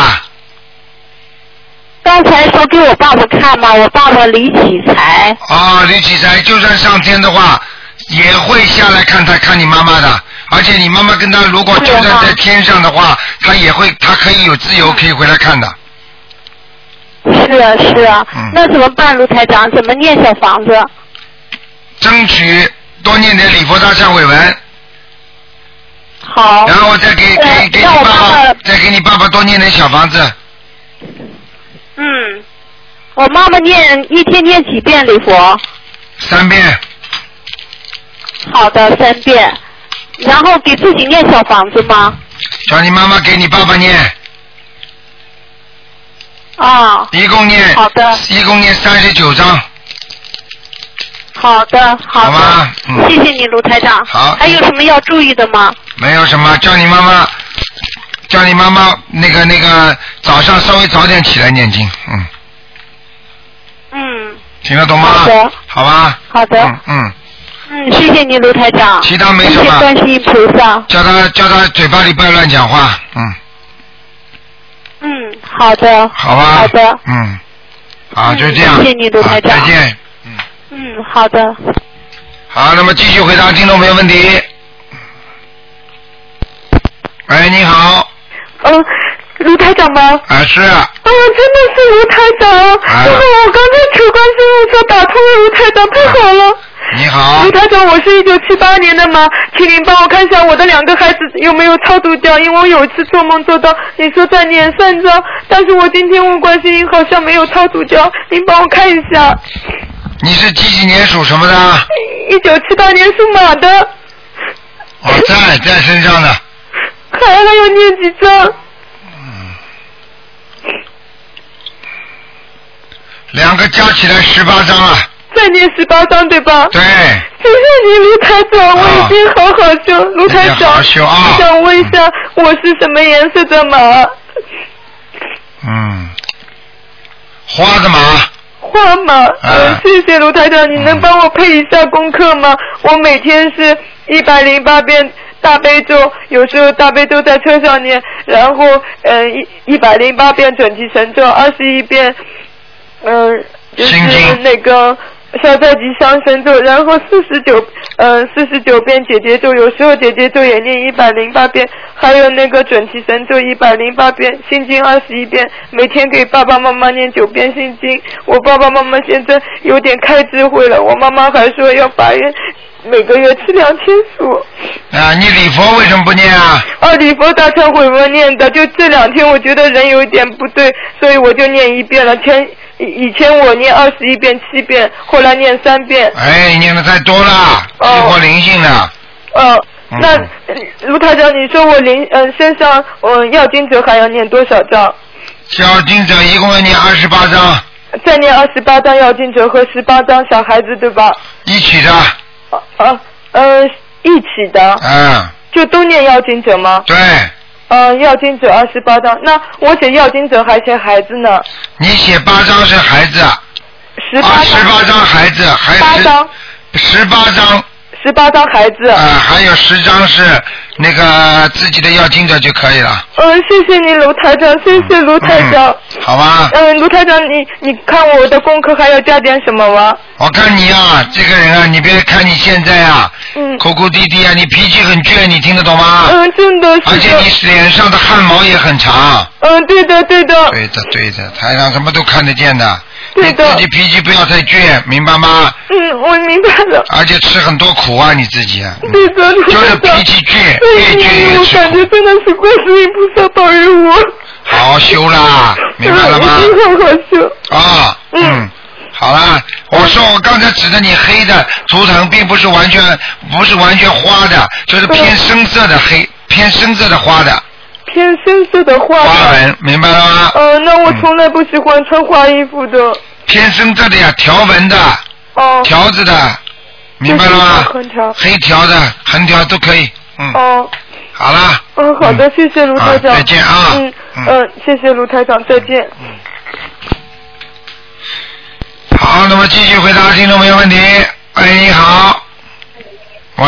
S3: 刚才说给我爸爸看嘛，我爸爸李启才。
S1: 哦，李启才就算上天的话，也会下来看他看你妈妈的。而且你妈妈跟他如果就
S3: 对啊
S1: 算在天上的话，他也会，他可以有自由可以回来看的。
S3: 是啊是啊，
S1: 嗯
S3: 那怎么办，卢台长？怎么念小房子？
S1: 争取多念点礼佛大忏悔文，
S3: 好
S1: 然，后再给给
S3: 呃
S1: 给你
S3: 让
S1: 爸
S3: 我爸
S1: 爸
S3: 爸，
S1: 再给你爸爸多念点小房子。
S3: 嗯，我妈妈念一天念几遍礼佛？
S1: 三遍，
S3: 好的，三遍。然后给自己念小房子吗？
S1: 叫你妈妈给你爸爸念，
S3: 啊，
S1: 一共念，
S3: 好的
S1: 一共念三十九章。
S3: 好的，好
S1: 好
S3: 的，
S1: 吧嗯
S3: 谢谢你，卢台长。
S1: 好
S3: 还有什么要注意的吗？
S1: 没有什么，叫你妈妈，叫你妈妈那个那个早上稍微早点起来念经，嗯，
S3: 嗯，
S1: 听得懂吗？
S3: 好的
S1: 好吧。
S3: 好的。
S1: 嗯嗯，
S3: 嗯，谢谢你，卢台长。
S1: 其他没什么
S3: 谢谢观世音菩萨。
S1: 叫她叫她嘴巴里不要乱讲话，嗯，
S3: 嗯，好的。
S1: 好吧。
S3: 好的。
S1: 嗯，好，
S3: 嗯
S1: 就这样。
S3: 谢谢你卢台长
S1: 好再见。哎
S3: 嗯，好的。
S1: 好，那么继续回答听众朋友问题。喂，哎你好，
S9: 嗯，卢台长吗？
S1: 啊是，
S9: 啊，真的是卢台长！
S1: 啊
S9: 然后我刚才求观世音菩萨打通了卢台长，太好了！
S1: 你好
S9: 卢，台长，我是一九七八年的嘛，请您帮我看一下我的两个孩子有没有超度掉，因为我有一次做梦做到你说在念三章，但是我今天问观世音好像没有超度掉，您帮我看一下。
S1: 你是几几年属什么的？
S9: 一九七八年属马的，
S1: 哦，在在身上的，
S9: 还还要念几张？
S1: 两个加起来十八张了。啊
S9: 再念十八张对吧？
S1: 对，
S9: 谢谢你，卢台长，我已经好好修。卢台
S1: 已经好
S9: 长，
S1: 好修啊
S9: 我想问一下，我是什么颜色的马？
S1: 嗯，花的马，啊
S9: 花马。嗯，谢谢卢台长，你能帮我配一下功课吗？我每天是一百零八遍大悲咒，有时候大悲咒在车上念，然后嗯一一百零八遍准提神咒，二十一遍嗯就是
S1: 心经
S9: 那个。消灾吉祥神咒，然后四十九，嗯，四十九遍姐姐咒，有时候姐姐咒也念一百零八遍，还有那个准提神咒一百零八遍，心经二十一遍，每天给爸爸妈妈念九遍心经。我爸爸妈妈现在有点开智慧了，我妈妈还说要把人每个月吃两千素。
S1: 啊，你礼佛为什么不念啊？
S9: 哦，礼佛大忏悔文念的，就这两天我觉得人有一点不对，所以我就念一遍了。前以以前我念二十一遍七遍，后来念三遍。
S1: 哎，念的太多了，激
S3: 哦
S1: 活灵性了。
S9: 呃，
S1: 嗯
S9: 那呃卢台长，你说我灵嗯、身上嗯、要经者还要念多少张？
S1: 小金者一共要念二十八章，
S9: 再念二十八张要经者和十八张小孩子对吧？
S1: 一起的，
S9: 啊呃一起的，
S1: 嗯，
S9: 就都念要经者吗？
S1: 对，
S9: 呃，要经者二十八张，那我写要经者还写孩子呢？
S1: 你写八章是孩子，
S9: 十
S1: 啊，
S9: 八
S1: 十八章孩子，还
S9: 八
S1: 有
S9: 张，
S1: 十十八章，
S9: 十八张孩子。
S1: 啊，还有十章是那个自己的要经者就可以了，
S9: 嗯，谢谢你，卢台长，谢谢卢台长。
S1: 好吧？
S9: 嗯，卢台长，你你看我的功课还要加点什么吗？
S1: 我看你啊，这个人啊，你别看你现在啊，
S9: 嗯
S1: 哭哭啼啼啊，你脾气很倔，你听得懂吗？
S9: 嗯，真的
S1: 而
S9: 是
S1: 且
S9: 的。
S1: 你脸上的汗毛也很长。
S9: 嗯，对的，对的，
S1: 对的，对的，台上什么都看得见的。
S9: 对的
S1: 你自己脾气不要太倔，明白吗？
S9: 嗯，我明白了。
S1: 而且吃很多苦啊，你自己。
S9: <laughs>
S1: 嗯
S9: 对的，卢
S1: 就是
S9: 台长。
S1: 脾气倔，越倔
S9: 对，
S1: 越
S9: 我
S1: 吃
S9: 感觉
S1: 苦。
S9: 真的是观世音菩萨保佑我。
S1: 好好修啦，明白了吗？
S9: 嗯我一定 <laughs> 好好修。
S1: 啊、嗯。好啦，我说我刚才指的你黑的图腾，并不是完全不是完全花的，
S9: 嗯
S1: 就是偏深色的黑，偏深色的花的
S9: 偏深色的花。
S1: 花纹，明白了吗？
S9: 嗯、那我从来不喜欢穿花衣服的。
S1: 偏深色的呀，条纹的、
S9: 哦、
S1: 条子的，明白了
S9: 就是
S1: 吗？
S9: 横条。
S1: 黑条的、横条都可以。嗯，
S9: 哦、
S1: 好啦，
S9: 嗯，好的，谢谢卢台长。
S1: 啊再见啊
S9: 嗯
S1: 嗯
S9: 嗯，谢谢卢台长，再见。
S1: 好，那么继续回答听众朋友问题。哎，你好，喂，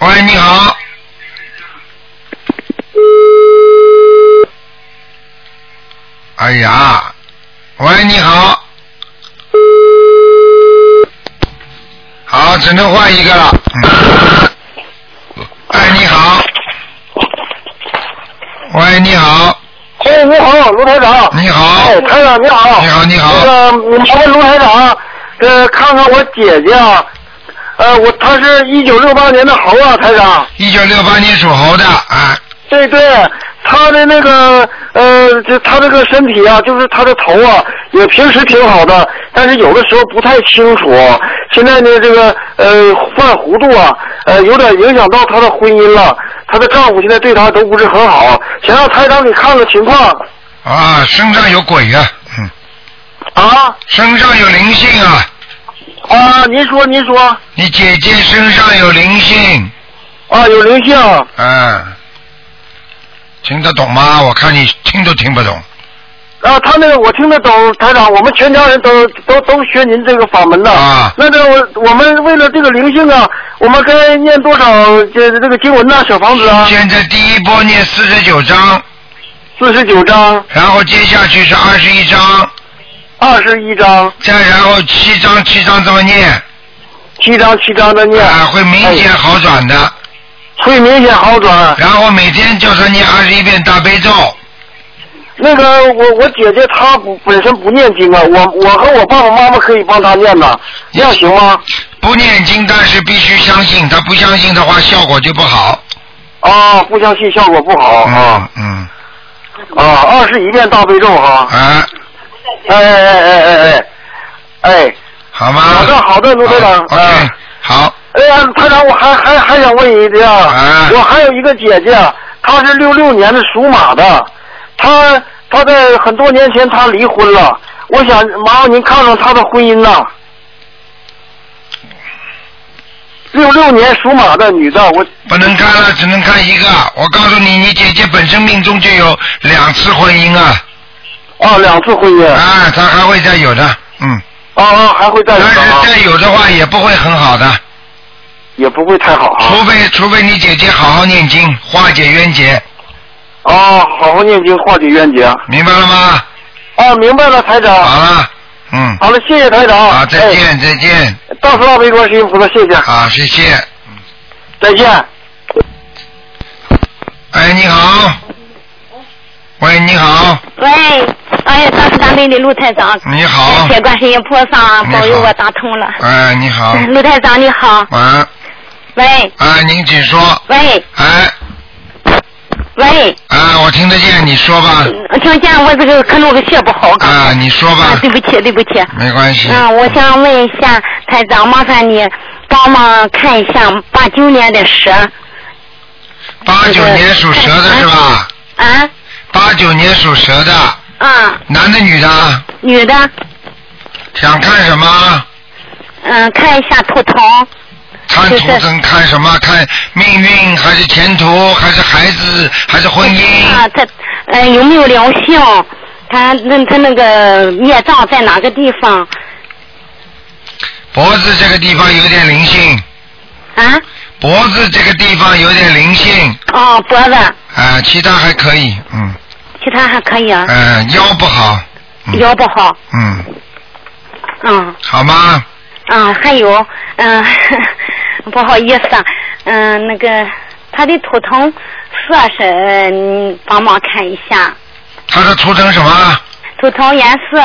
S1: 喂，你好。哎呀，喂，你好。好，只能换一个了。嗯哎，你好。喂，你好，
S4: 哎，你好，卢台长。
S1: 你好
S4: 哎，台长你好。
S1: 你好你好
S4: 那个，麻烦卢台长，呃，看看我姐姐啊，呃，我她是一九六八年的猴啊，台长。
S1: 一九六八年属猴的啊，
S4: 对对，她的那个呃，就她这个身体啊，就是她的头啊，也平时挺好的，但是有的时候不太清楚。现在呢，这个呃犯糊涂啊，呃，有点影响到她的婚姻了。她的丈夫现在对她都不是很好，想让台长给看看情况
S1: 啊，身上有鬼啊，嗯，
S4: 啊。
S1: 身上有灵性啊，
S4: 啊，您说您说
S1: 你姐姐身上有灵性，
S4: 啊，有灵性
S1: 啊，听得懂吗？我看你听都听不懂。
S4: 啊，他那个我听得懂，台长，我们全家人都都都学您这个法门的。
S1: 啊
S4: 那这我我们为了这个灵性啊，我们该念多少这这个经文呐、小房子啊，
S1: 现在第一波念四十九章，
S4: 四十九章，
S1: 然后接下去是二十一章，
S4: 二十一章，
S1: 再然后七章七章这么念，
S4: 七章七章的念，哎
S1: 啊，会明显好转的。
S4: 会明显好转。
S1: 然后每天叫他念二十一遍大悲咒，
S4: 那个我我姐姐她不本身不念经啊，我我和我爸爸妈妈可以帮她念的，这样行吗？
S1: 不念经，但是必须相信，他不相信的话，效果就不好。
S4: 啊，不相信效果不好啊
S1: 嗯嗯
S4: 啊！二十一遍大悲咒哈，
S1: 啊，
S4: 哎哎哎哎哎哎哎，
S1: 好吗？
S4: 好的好的卢队长啊
S1: 好 OK，好，
S4: 哎呀，台长，我还还还想问一下，
S1: 啊
S4: 我还有一个姐姐，她是六六年的属马的，她她在很多年前她离婚了，我想麻烦您看看她的婚姻呐。六六年属马的女的，我
S1: 不能看了，只能看一个。我告诉你，你姐姐本身命中就有两次婚姻啊，
S4: 啊两次婚姻，啊
S1: 啊，她还会再有的，嗯，
S4: 啊还会再有
S1: 但
S4: 的啊
S1: 是，再有的话也不会很好的，
S4: 也不会太好啊。
S1: 除非除非你姐姐好好念经，化解冤结，
S4: 啊，好好念经化解冤结。啊，
S1: 明白了吗？
S4: 哦明白了，台长。
S1: 好了，嗯，
S4: 好了，谢谢台长。
S1: 好，再见再见，
S4: 哎。大慈大悲观世音菩萨，谢谢。
S1: 好，谢谢。
S4: 再见。
S1: 哎，你好，喂，你好，
S5: 喂，哎呀，大慈大悲的陆台长，
S1: 你好
S5: 感，谢观世音菩萨
S1: 你好
S5: 保佑我打通了。
S1: 哎，你好，
S5: 陆台长你好，
S1: 晚安，
S5: 喂
S1: 哎，您请说，
S5: 喂
S1: 哎
S5: 喂，嗯
S1: 哎，我听得见，你说吧，
S5: 听见哎我这个可能我血不好，刚才
S1: 啊，你说
S5: 啊
S1: 吧，
S5: 对不起对不起，
S1: 没关系，
S5: 嗯，我想问一下台长，麻烦你帮忙看一下八九年的蛇
S1: 八九年属蛇的是吧？
S5: 啊
S1: 八九年属蛇的，
S5: 啊，
S1: 男的女的？
S5: 女的，
S1: 想看什么？
S5: 嗯，看一下图腾，
S1: 看图腾看什么？看命运还是前途还是孩子还是婚
S5: 啊
S1: 姻？，
S5: 他呃有没有灵性？他那他那个孽障在哪个地方？
S1: 脖子这个地方有点灵性，
S5: 啊？
S1: 脖子这个地方有点灵性，
S5: 哦，脖子，
S1: 啊，其他还可以，嗯，
S5: 其他还可以啊，
S1: 呃，腰不好，嗯
S5: 腰不好，
S1: 嗯，
S5: 嗯
S1: 好吗？
S5: 嗯，还有，嗯， <laughs> 不好意思啊，嗯，那个他的图腾色是，呃你帮忙看一下，
S1: 他的图腾什么？
S5: 图腾颜色，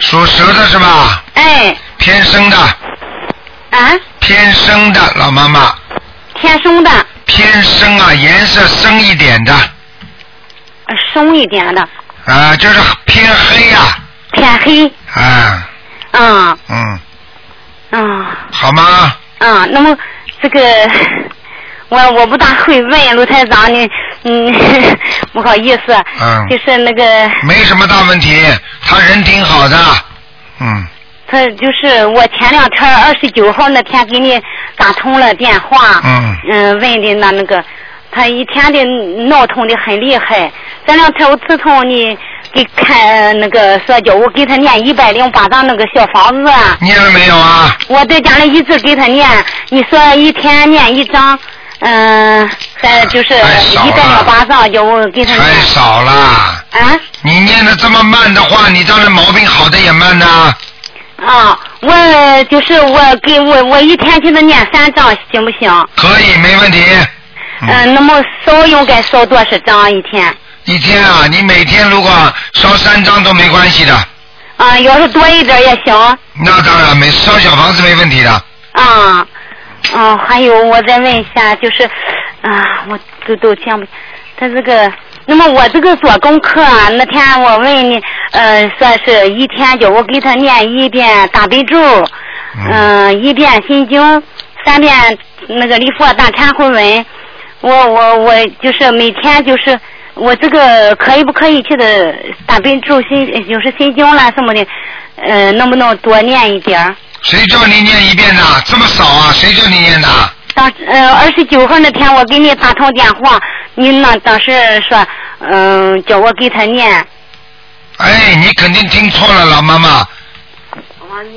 S1: 属蛇的是吧？
S5: 哎，
S1: 偏生的，
S5: 啊，
S1: 偏生的老妈妈，
S5: 天生的，
S1: 偏生啊，颜色深一点的，啊、
S5: 呃深一点的，
S1: 就是偏黑哎呀、
S5: 偏黑，
S1: 啊，
S5: 嗯
S1: 嗯，
S5: 嗯
S1: 好吗？
S5: 嗯，那么这个。 <laughs> 我我不大会问卢台长，你 <laughs> 嗯，不好意思，
S1: 嗯
S5: 就是那个
S1: 没什么大问题，他人挺好的，嗯，
S5: 他就是我前两天二十九号那天给你打通了电话，
S1: 嗯
S5: 问的那那个，他一天的闹腾的很厉害。这两天我自从你给看那个社交，我给他念一百零八张那个小房子，
S1: 念了没有啊？
S5: 我在家里一直给他念，你说一天念一张，嗯、再就是
S1: 太少了
S5: 一百零八张，叫我给他
S1: 太
S5: 念
S1: 少了，
S5: 啊。
S1: 你念的这么慢的话，你当然毛病好的也慢呐、
S5: 啊，我就是我给我我一天给他念三张行不行？
S1: 可以，没问题。
S5: 嗯、那么烧应该烧多少张一天？
S1: 一天啊，你每天如果烧三张都没关系的，
S5: 啊、要是多一点也行。
S1: 那当然没烧小房子没问题的。
S5: 啊，嗯，还有我再问一下，就是啊，我都都讲不，他这个，那么我这个做功课啊，那天我问你，呃，说是一天叫我给他念一遍大悲咒，嗯、一遍心经，三遍那个礼佛大忏悔文，我我我就是每天就是。我这个可以不可以去的大悲咒心就是心经啦什么的，呃，能不能多念一点儿？
S1: 谁叫你念一遍的？这么少啊？谁叫你念的？
S5: 当呃二十九号那天我给你打通电话，你那当时说嗯叫我给他念，
S1: 哎，你肯定听错了，老妈妈，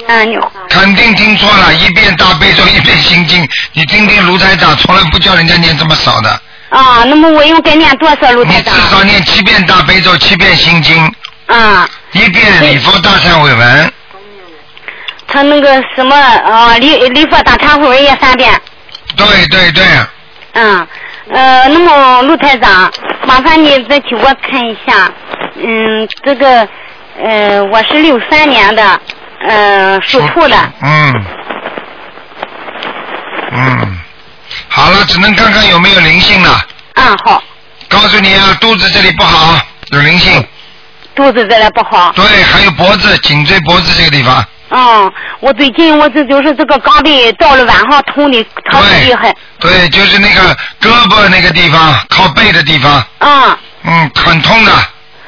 S5: 嗯你
S1: 肯定听错了，一遍大悲咒，一遍心经。你听听卢台长，从来不叫人家念这么少的，
S5: 啊，那么我应该念多少卢
S1: 你
S5: 台
S1: 至
S5: 长？
S1: 少念七遍大悲咒，七遍心经，
S5: 啊，
S1: 一遍礼佛大忏悔文。
S5: 他和那个什么啊，离离佛打忏悔文也三遍。
S1: 对对对，
S5: 嗯，呃，那么陆台长，麻烦你再请我看一下，嗯，这个，呃，我是六三年的，呃，属兔的，
S1: 嗯，嗯，好了，只能看看有没有灵性了。
S5: 嗯，好，
S1: 告诉你啊，肚子这里不好，有灵性。
S5: 肚子这里不好。
S1: 对，还有脖子、颈椎、脖子这个地方。
S5: 嗯，我最近我这就是这个肛背到了晚上痛的特别厉害，
S1: 对，就是那个胳膊那个地方，靠背的地方，
S5: 嗯，
S1: 嗯，很痛的，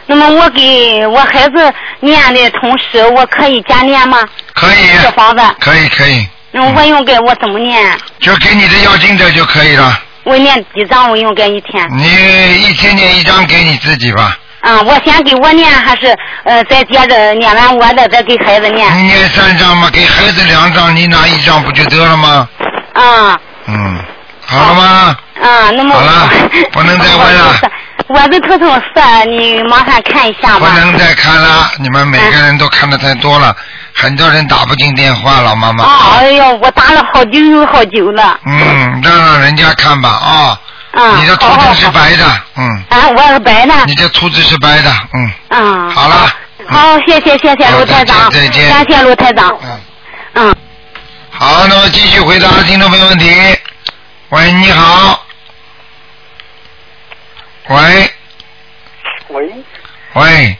S5: 那么我给我孩子念的同时，我可以加念吗？
S1: 可以，嗯
S5: 小房子，
S1: 可以可以，
S5: 那么我应该我怎么念？
S1: 就给你的药精者就可以了。
S5: 我念几张？我应该一天？
S1: 你一天念一张给你自己吧，
S5: 啊，我先给我念，还是呃，再接着念完我的，再给孩子念？
S1: 你念三张嘛，给孩子两张，你拿一张不就得了吗？
S5: 啊
S1: 嗯，好了吗？
S5: 啊，那么
S1: 好了，不能再问了，
S5: <laughs> 我的头疼色，你麻烦看一下
S1: 不
S5: 吧。
S1: 能再看了，你们每个人都看的太多了，很多人打不进电话了，妈妈。
S5: 啊，哎呦，我打了好久有好久了。
S1: 嗯，让让人家看吧啊、
S5: 啊，
S1: 你的
S5: 好
S1: 图
S5: 好
S1: 纸
S5: 好
S1: 是白的，嗯，
S5: 啊，我是白的。
S1: 你的图纸是白的，嗯，
S5: 嗯，
S1: 好了，
S5: 好，谢谢谢谢
S1: 好
S5: 卢台长，
S1: 再见再见
S5: 感谢卢台长。
S1: 嗯，
S5: 嗯，
S1: 好，那么继续回答听众朋友问题。喂，你好。喂
S4: 喂，
S1: 喂，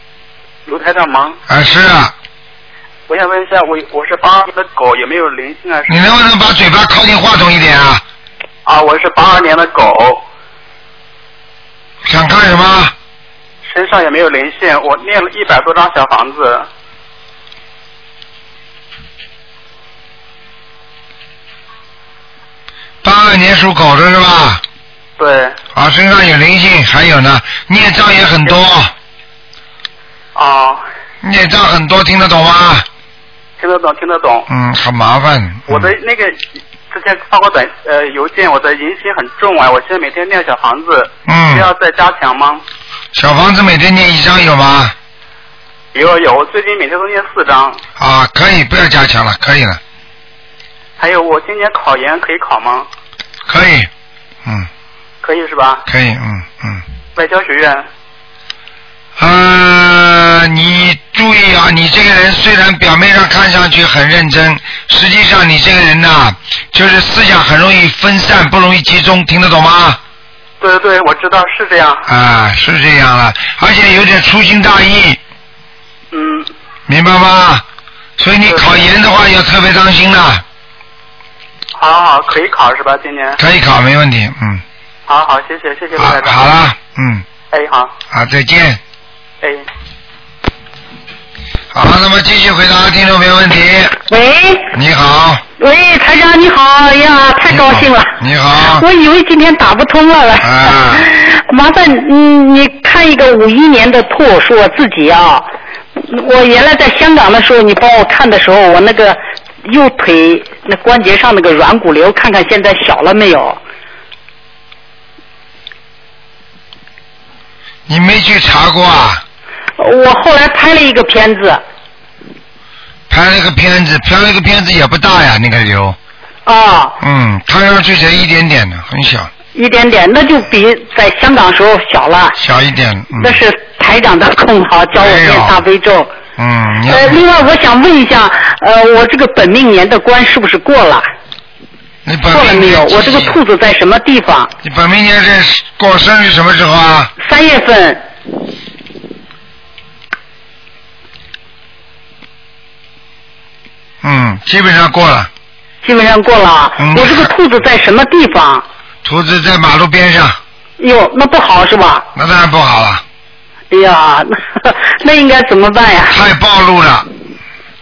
S4: 卢台长忙，
S1: 啊是啊，
S4: 我想问一下，我我是八二年的狗，有没有灵性啊？
S1: 你能不能把嘴巴靠近话筒一点啊？
S4: 啊，我是八二年的狗，
S1: 想看什么？
S4: 身上也没有灵性，我念了一百多张小房子，
S1: 八二年属狗的是吧？
S4: 对，
S1: 啊，身上有灵性，还有呢，孽障也很多，
S4: 啊，
S1: 孽障很多，听得懂吗？
S4: 听得懂，听得懂。
S1: 嗯，很麻烦。嗯
S4: 我的那个之前发过短呃邮件，我的淫心很重啊，我现在每天念小房子，
S1: 嗯
S4: 需要再加强吗？
S1: 小房子每天念一张有吗？
S4: 有有，我最近每天都念四张，
S1: 啊，可以，不要加强了，可以了，
S4: 还有我今年考研可以考吗？
S1: 可以，嗯，
S4: 可以是吧？
S1: 可以，嗯嗯。
S4: 外交学院，
S1: 呃，你注意啊，你这个人虽然表面上看上去很认真，实际上你这个人呐、就是思想很容易分散，不容易集中，听得懂吗？
S4: 对对对，我知道是这样，
S1: 啊，是这样了，而且有点粗心大意，
S4: 嗯，
S1: 明白吗？所以你考研的话要特别当心了，
S4: 好好好，可以考是吧？今年，
S1: 可以考没问题，嗯，
S4: 好好，谢谢谢谢卢台长，
S1: 好了，嗯，
S4: 哎好，
S1: 好，再见。
S4: 哎。
S1: 好，那么继续回答听众朋友问题。
S10: 喂
S1: 你好，
S10: 喂，台长你好，哎呀，太高兴了，
S1: 你好，
S10: 我以为今天打不通了了。
S1: 啊，
S10: 麻烦嗯，你看一个五一年的兔，是我自己啊。我原来在香港的时候，你帮我看的时候，我那个右腿那关节上那个软骨瘤，看看现在小了没有？
S1: 你没去查过啊？
S10: 我后来拍了一个片子，
S1: 拍了个片子，拍了个片子也不大呀，那个瘤，
S10: 啊，
S1: 嗯，看上去才一点点的，很小，
S10: 一点点，那就比在香港时候小了。
S1: 小一点，嗯
S10: 那是台长的空好，教我念大悲咒。
S1: 嗯，你要
S10: 呃，另外我想问一下，呃，我这个本命年的关是不是过了？
S1: 你
S10: 过
S1: 本
S10: 了
S1: 命
S10: 没有？
S1: 年
S10: 我这个
S1: 几
S10: 兔子在什么地方？
S1: 你本命年是过生日什么时候啊？
S10: 三月份。
S1: 嗯，基本上过了。
S10: 基本上过了啊。
S1: 嗯
S10: 我这个兔子在什么地方？
S1: 兔子在马路边上，
S10: 哟，那不好是吧？
S1: 那当然不好了，
S10: 哎呀， <laughs> 那那应该怎么办呀？
S1: 太暴露了。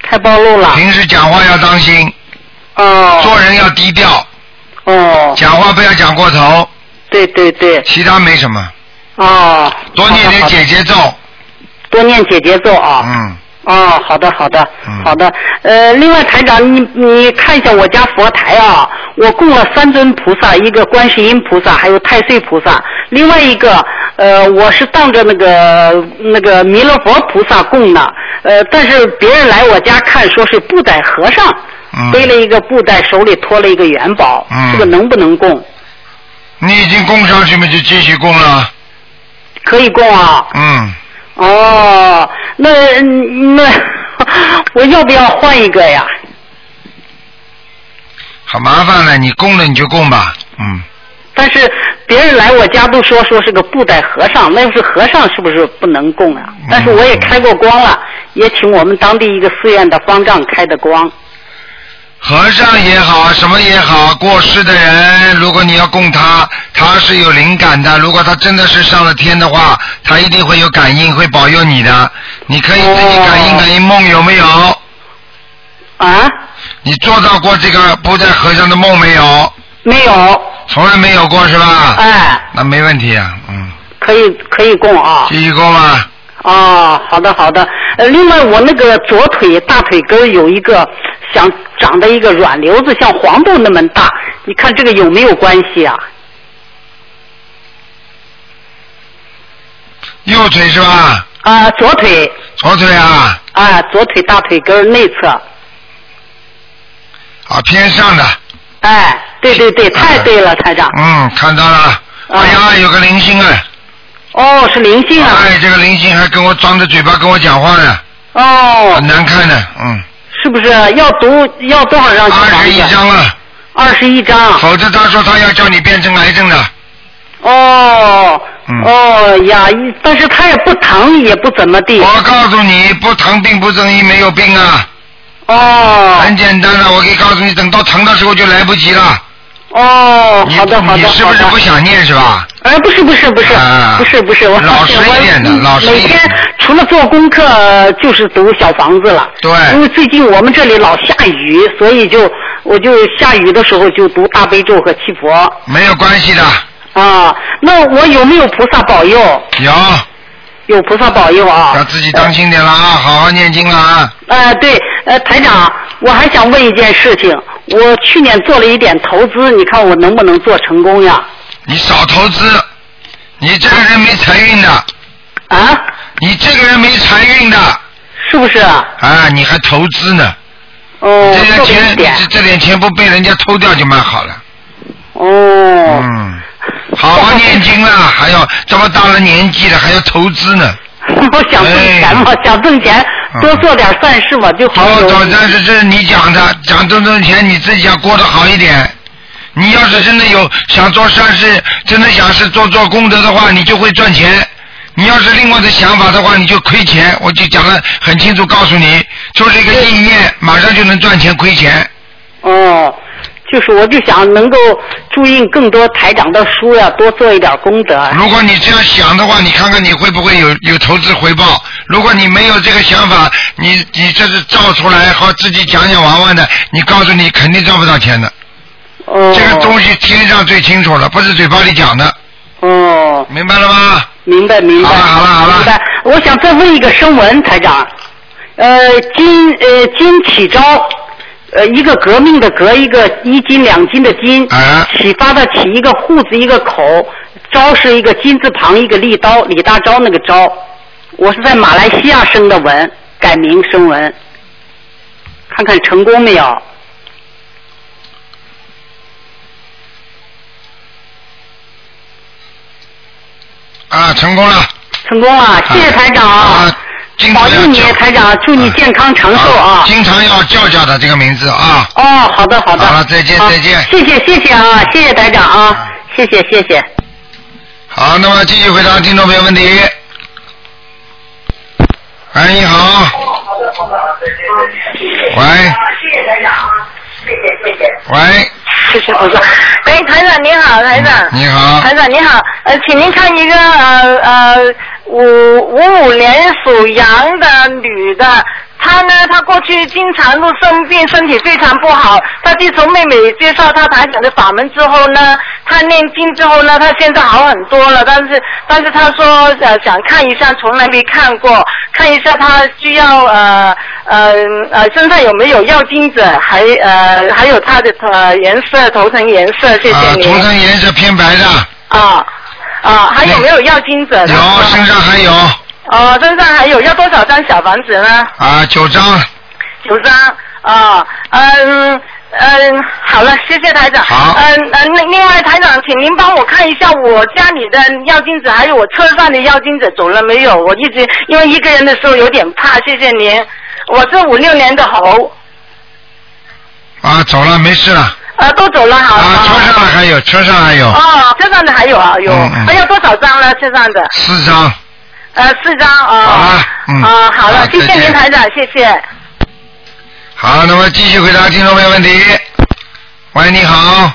S10: 太暴露了。
S1: 平时讲话要当心，
S10: 哦
S1: 做人要低调，
S10: 哦，
S1: 讲话不要讲过头，
S10: 对对对，
S1: 其他没什么，
S10: 哦。
S1: 多念点姐
S10: 好的，好
S1: 姐咒。
S10: 的多念姐姐咒啊。
S1: 嗯，
S10: 哦，好的，好的，
S1: 嗯
S10: 好的。呃，另外台长，你你看一下我家佛台啊，我供了三尊菩萨，一个观世音菩萨，还有太岁菩萨，另外一个呃，我是当着那个那个弥勒佛菩萨供的，呃，但是别人来我家看，说是布袋和尚
S1: 嗯
S10: 背了一个布袋，手里托了一个元宝，
S1: 嗯
S10: 这个能不能供？
S1: 你已经供上去嘛，就继续供了。
S10: 可以供啊？
S1: 嗯，
S10: 哦，那嗯那我要不要换一个呀？
S1: 好麻烦了，你供了你就供吧。嗯，
S10: 但是别人来我家都说说是个布袋和尚，那要是和尚是不是不能供啊？但是我也开过光了，也请我们当地一个寺院的方丈开的光。
S1: 和尚也好，什么也好，过世的人，如果你要供他，他是有灵感的。如果他真的是上了天的话，他一定会有感应，会保佑你的。你可以自己感应感应梦有没有？
S10: 啊？
S1: 你做到过这个布袋呃和尚的梦没有？
S10: 没有。
S1: 从来没有过是吧？
S4: 呃
S10: 哎，
S1: 那没问题啊，嗯，
S10: 可以可以供啊。
S1: 继续供啊。
S10: 哦，好的好的。呃，另外我那个左腿大腿根儿有一个想长的一个软瘤子，像黄豆那么大，你看这个有没有关系啊？
S1: 右腿是吧？
S10: 啊，左腿。
S1: 左腿啊。
S10: 啊，左腿大腿根儿内侧。
S1: 啊，偏上的。
S10: 哎，对对对，太对了，台长。
S1: 嗯，看到了。哎呀，有个灵性啊！
S10: 啊哦，是灵性
S1: 啊！哎，这个灵性还跟我张着嘴巴跟我讲话呢，
S10: 哦
S1: 很，难看的，嗯，
S10: 是不是要读要多少张小房子？二十一
S1: 张了。
S10: 二十一张。
S1: 否则他说他要叫你变成癌症的，
S10: 哦。
S4: 呃
S1: 嗯
S10: 哦呀，一但是他也不疼，也不怎么地。
S1: 我告诉你，不疼并不等于没有病啊。
S10: 哦。
S1: 很简单的，我可以告诉你，等到疼的时候就来不及了。
S10: 哦，好的好的
S1: 你是不是不想念是吧？
S10: 哎，不是不是不是、不是不是，我
S1: 啊老实一点的
S10: 我
S1: 老实一点
S10: 每天除了做功课呃就是读小房子了。
S1: 对
S10: 因为最近我们这里老下雨，所以就我就下雨的时候就读大悲咒和七佛。
S1: 没有关系的，
S10: 啊，那我有没有菩萨保佑？
S1: 有，
S10: 有菩萨保佑啊！
S1: 要自己当心点了啊，好好念经了啊。
S10: 呃，对，呃，台长，我还想问一件事情，我去年做了一点投资，你看我能不能做成功呀？
S1: 你少投资，你这个人没财运的。
S10: 啊？
S1: 你这个人没财运的。
S10: 是不是？
S1: 啊，你还投资呢？
S10: 哦，
S1: 这
S10: 做
S1: 些
S10: 了一
S1: 钱，
S10: 点
S1: 这这点钱不被人家偷掉就蛮好了。
S10: 哦。
S1: 嗯。好好念经啦，还要这么大了年纪了，还要投资呢。
S10: <laughs>
S1: 哎啊
S10: 我想挣钱嘛，想挣钱多做点善事嘛，就好
S1: 哦，
S10: 有。
S1: 早但是这是你讲的，讲挣挣钱，你自己要过得好一点。你要是真的有想做善事，真的想是做做功德的话，你就会赚钱。你要是另外的想法的话，你就亏钱。我就讲的很清楚，告诉你，就是一个意念，马上就能赚钱亏钱。
S10: 哦，就是我就想能够注印更多台长的书呀、多做一点功德。啊
S1: 如果你这样想的话，你看看你会不会有有投资回报？如果你没有这个想法，你你这是造出来和自己讲讲玩玩的，你告诉你肯定赚不到钱的。
S10: 哦。
S1: 这个东西天上最清楚了，不是嘴巴里讲的。
S10: 哦。
S1: 明白了吗？
S10: 明白明白。好了好了好了。明白，我想再问一个声纹，台长。呃，金呃金启昭，呃一个革命的革，一个一金两金的金，启发的启，一个户字一个口，昭是一个金字旁一个利刀，李大钊那个昭。我是在马来西亚生的文，改名生文，看看成功没有？
S1: 啊，成功了。
S10: 成功了，谢谢台长。啊保佑你，台长，祝你健康长寿啊！
S1: 经常要叫叫他这个名字啊。
S10: 哦，好的好的。
S1: 好了，再见
S10: 啊
S1: 再见。
S10: 谢谢谢谢啊，谢谢台长啊，谢谢谢谢。
S1: 好，那么继续回答听众朋友问题。哎，你好，喂喂，
S11: 谢谢菩萨。喂，哎台长您好，台长。
S1: 嗯你好，
S11: 台长你好，呃，请您看一个呃呃五五五年属羊的女的，她呢，她过去经常都生病，身体非常不好。她自从妹妹介绍她台长的法门之后呢，她念经之后呢，她现在好很多了。但是但是她说呃想看一下，从来没看过，看一下她需要呃呃呃身上有没有药精者，还呃还有她的呃颜色头层颜色，谢谢
S1: 啊，
S11: 您。
S1: 涂层颜色偏白的，
S11: 啊，啊，还有没有要金者？有，
S1: 身上还有。
S11: 哦，身上还有，要多少张小房子呢？
S1: 啊，九张。
S11: 九张啊，嗯嗯，好了，谢谢台长。
S1: 好。
S11: 嗯嗯，另另外台长，请您帮我看一下我家里的药精子，还有我车上的药精子走了没有？我一直因为一个人的时候有点怕，谢谢您。我是五六年的猴，
S1: 啊，走了，没事了。
S11: 呃，都走了好。
S1: 啊，车上还有，车上还有。
S11: 哦，车上的还有啊，有，
S1: 嗯嗯
S11: 还有多少张呢？车上的？
S1: 四张，
S11: 呃，四张哦。好了，
S1: 嗯
S11: 啊，好了
S1: 好，
S11: 谢
S1: 再
S11: 谢
S1: 见
S11: 您台长，谢谢。
S1: 好，那么继续回答听众朋友问题。喂，你好。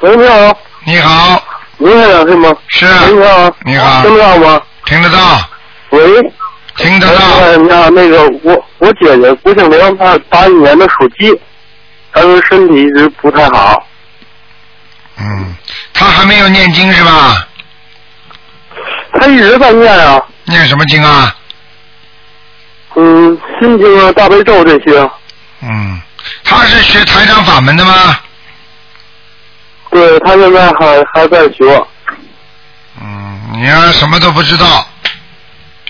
S4: 喂，你好。
S1: 你好。
S4: 您台长是吗？
S1: 是。
S4: 你好。啊
S1: 你好
S4: 听得到吗？
S1: 听得到。
S4: 喂。
S1: 听得
S4: 到。你好，那个我我姐姐，我想让她八一年的属鸡，她说身体一直不太好。
S1: 嗯，他还没有念经是吧？
S4: 她一直在念啊。
S1: 念什么经啊？
S4: 嗯，心经啊，大悲咒这些。
S1: 嗯，他是学台长法门的吗？
S4: 对，她现在还还在学。
S1: 你呀、什么都不知道。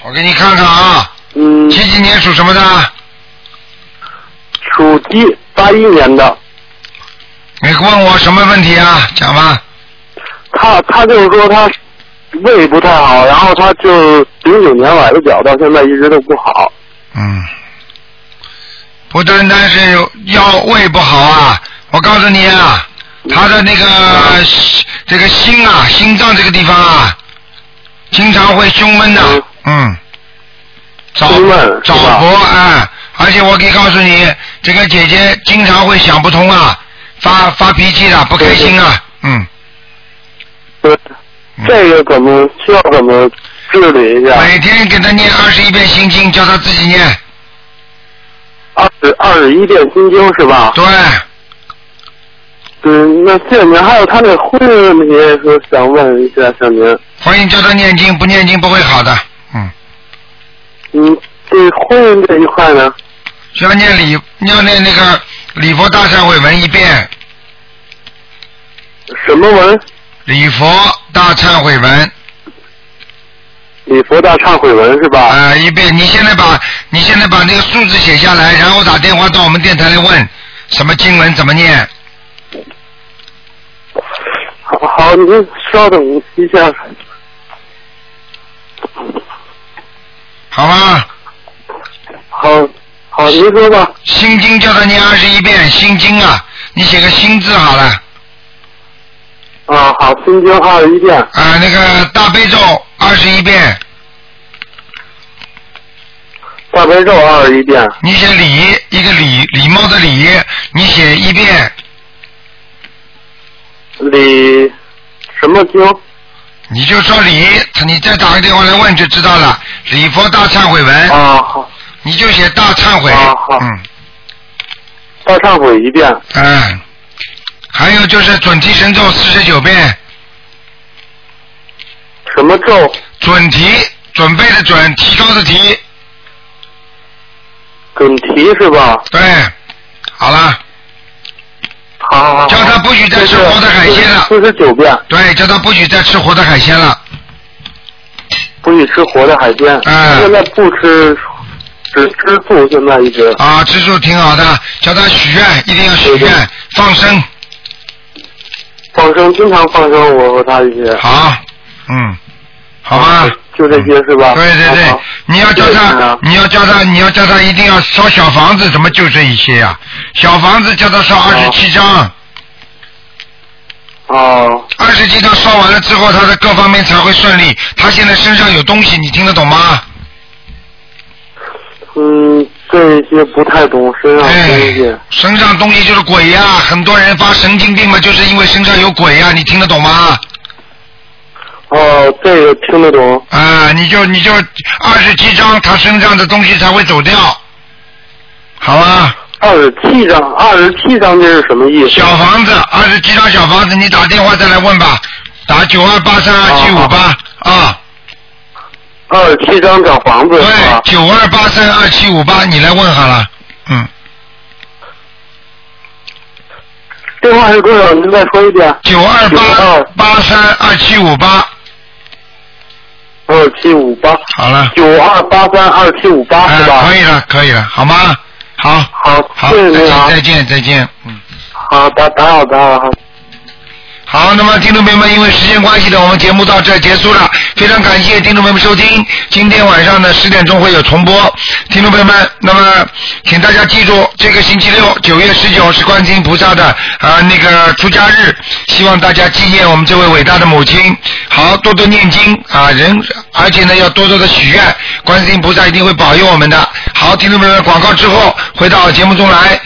S1: 我给你看看啊。
S4: 嗯。
S1: 几几年属什么的？
S4: 属鸡，八一年的。
S1: 你问我什么问题啊？讲吧。
S4: 她她就是说她胃不太好，然后她就是零九年崴的脚，到现在一直都不好。
S1: 不单单是有腰胃不好啊，我告诉你啊，他的那个这个心啊，心脏这个地方啊，经常会胸闷的、嗯，早早搏啊，而且我可以告诉你，这个姐姐经常会想不通啊，发发脾气的，不开心啊，嗯。
S4: 对，这个怎么需要怎么治理一下？
S1: 每天给她念二十一遍心经，叫她自己念，
S4: 二十二十一遍心经是吧？
S1: 对。
S4: 嗯，那谢谢您。还有他那婚姻问题，说想问一下，向您，
S1: 欢迎叫她念经，不念经不会好的。
S4: 嗯，对婚姻这一块呢？
S1: 需要念礼，要念那个礼佛大忏悔文一遍。
S4: 什么文？
S1: 礼佛大忏悔文。
S4: 礼佛大忏悔文是吧？
S1: 啊、一遍。你现在把你现在把那个数字写下来，然后打电话到我们电台来问什么经文怎么念。
S4: 好，好，您稍等一下。
S1: 好吗？
S4: 好，好，您说吧。
S1: 心经叫他念二十一遍，心经啊，你写个心字好了。
S4: 啊，好，心经二十一遍。
S1: 啊、那个大悲咒二十一遍，
S4: 大悲咒二十一遍。
S1: 你写礼一个礼礼貌的礼，你写一遍。
S4: 礼什么经？
S1: 你就说礼，你再打个电话来问就知道了。礼佛大忏悔文。
S4: 啊，好。
S1: 你就写大忏悔。啊，好。嗯。
S4: 大忏悔一遍。
S1: 嗯。还有就是准提神咒四十九遍。
S4: 什么咒？
S1: 准提，准备的准，提高的提。
S4: 准提是吧？
S1: 对，好了。
S4: 好好好。
S1: 叫他不许再吃活的海鲜了。
S4: 四十九遍。
S1: 对，叫他不许再吃活的海鲜了。
S4: 不许吃活的海鲜。
S1: 嗯
S4: 现在不吃，只吃素，现在一直。
S1: 啊，吃素挺好的，叫他许愿，一定要许愿，放生。
S4: 放生，经常放生，我和他一起。
S1: 好，嗯，好吧。
S4: 就这些是吧？
S1: 对对对，你要叫
S4: 啊
S1: 他，你要叫他，你要叫他一定要烧小房子，怎么就这一些呀、小房子叫他烧二十七张，
S4: 哦，
S1: 二十七张烧完了之后，他的各方面才会顺利。他现在身上有东西，你听得懂吗？
S4: 嗯，这些不太懂啊身上
S1: 哎
S4: 的东西。
S1: 身上东西就是鬼呀、很多人发神经病嘛，就是因为身上有鬼呀、你听得懂吗？
S4: 哦，这个听得懂。
S1: 啊，你就你就二十七张，他身上的东西才会走掉。好啊。
S4: 二十七张，二十七张这是什么意思？
S1: 小房子，二十七张小房子，你打电话再来问吧，打九二八三二七五八啊，
S4: 二十哦七张小房子是吧？
S1: 九二八三二七五八，你来问好了。
S4: 电话是多少？您再说一遍。
S1: 九二八八三二七五八。
S4: 二七五八。
S1: 好了。啊
S4: 九二八三二七五八是吧？
S1: 可以了，可以了，好吗？好。
S4: 好，
S1: 好，
S4: 谢谢
S1: 再
S4: 您
S1: 见，
S4: 啊。
S1: 再见，再见。嗯
S4: 好，打打扰打扰。
S1: 好，那么听众朋友们，因为时间关系呢，我们节目到这儿结束了。非常感谢听众朋友们收听，今天晚上呢十点钟会有重播。听众朋友们，那么请大家记住，这个星期六九月十九是观世音菩萨的啊、呃那个出家日，希望大家纪念我们这位伟大的母亲，好多多念经啊，人而且呢要多多的许愿，观世音菩萨一定会保佑我们的。好，听众朋友们，广告之后回到节目中来。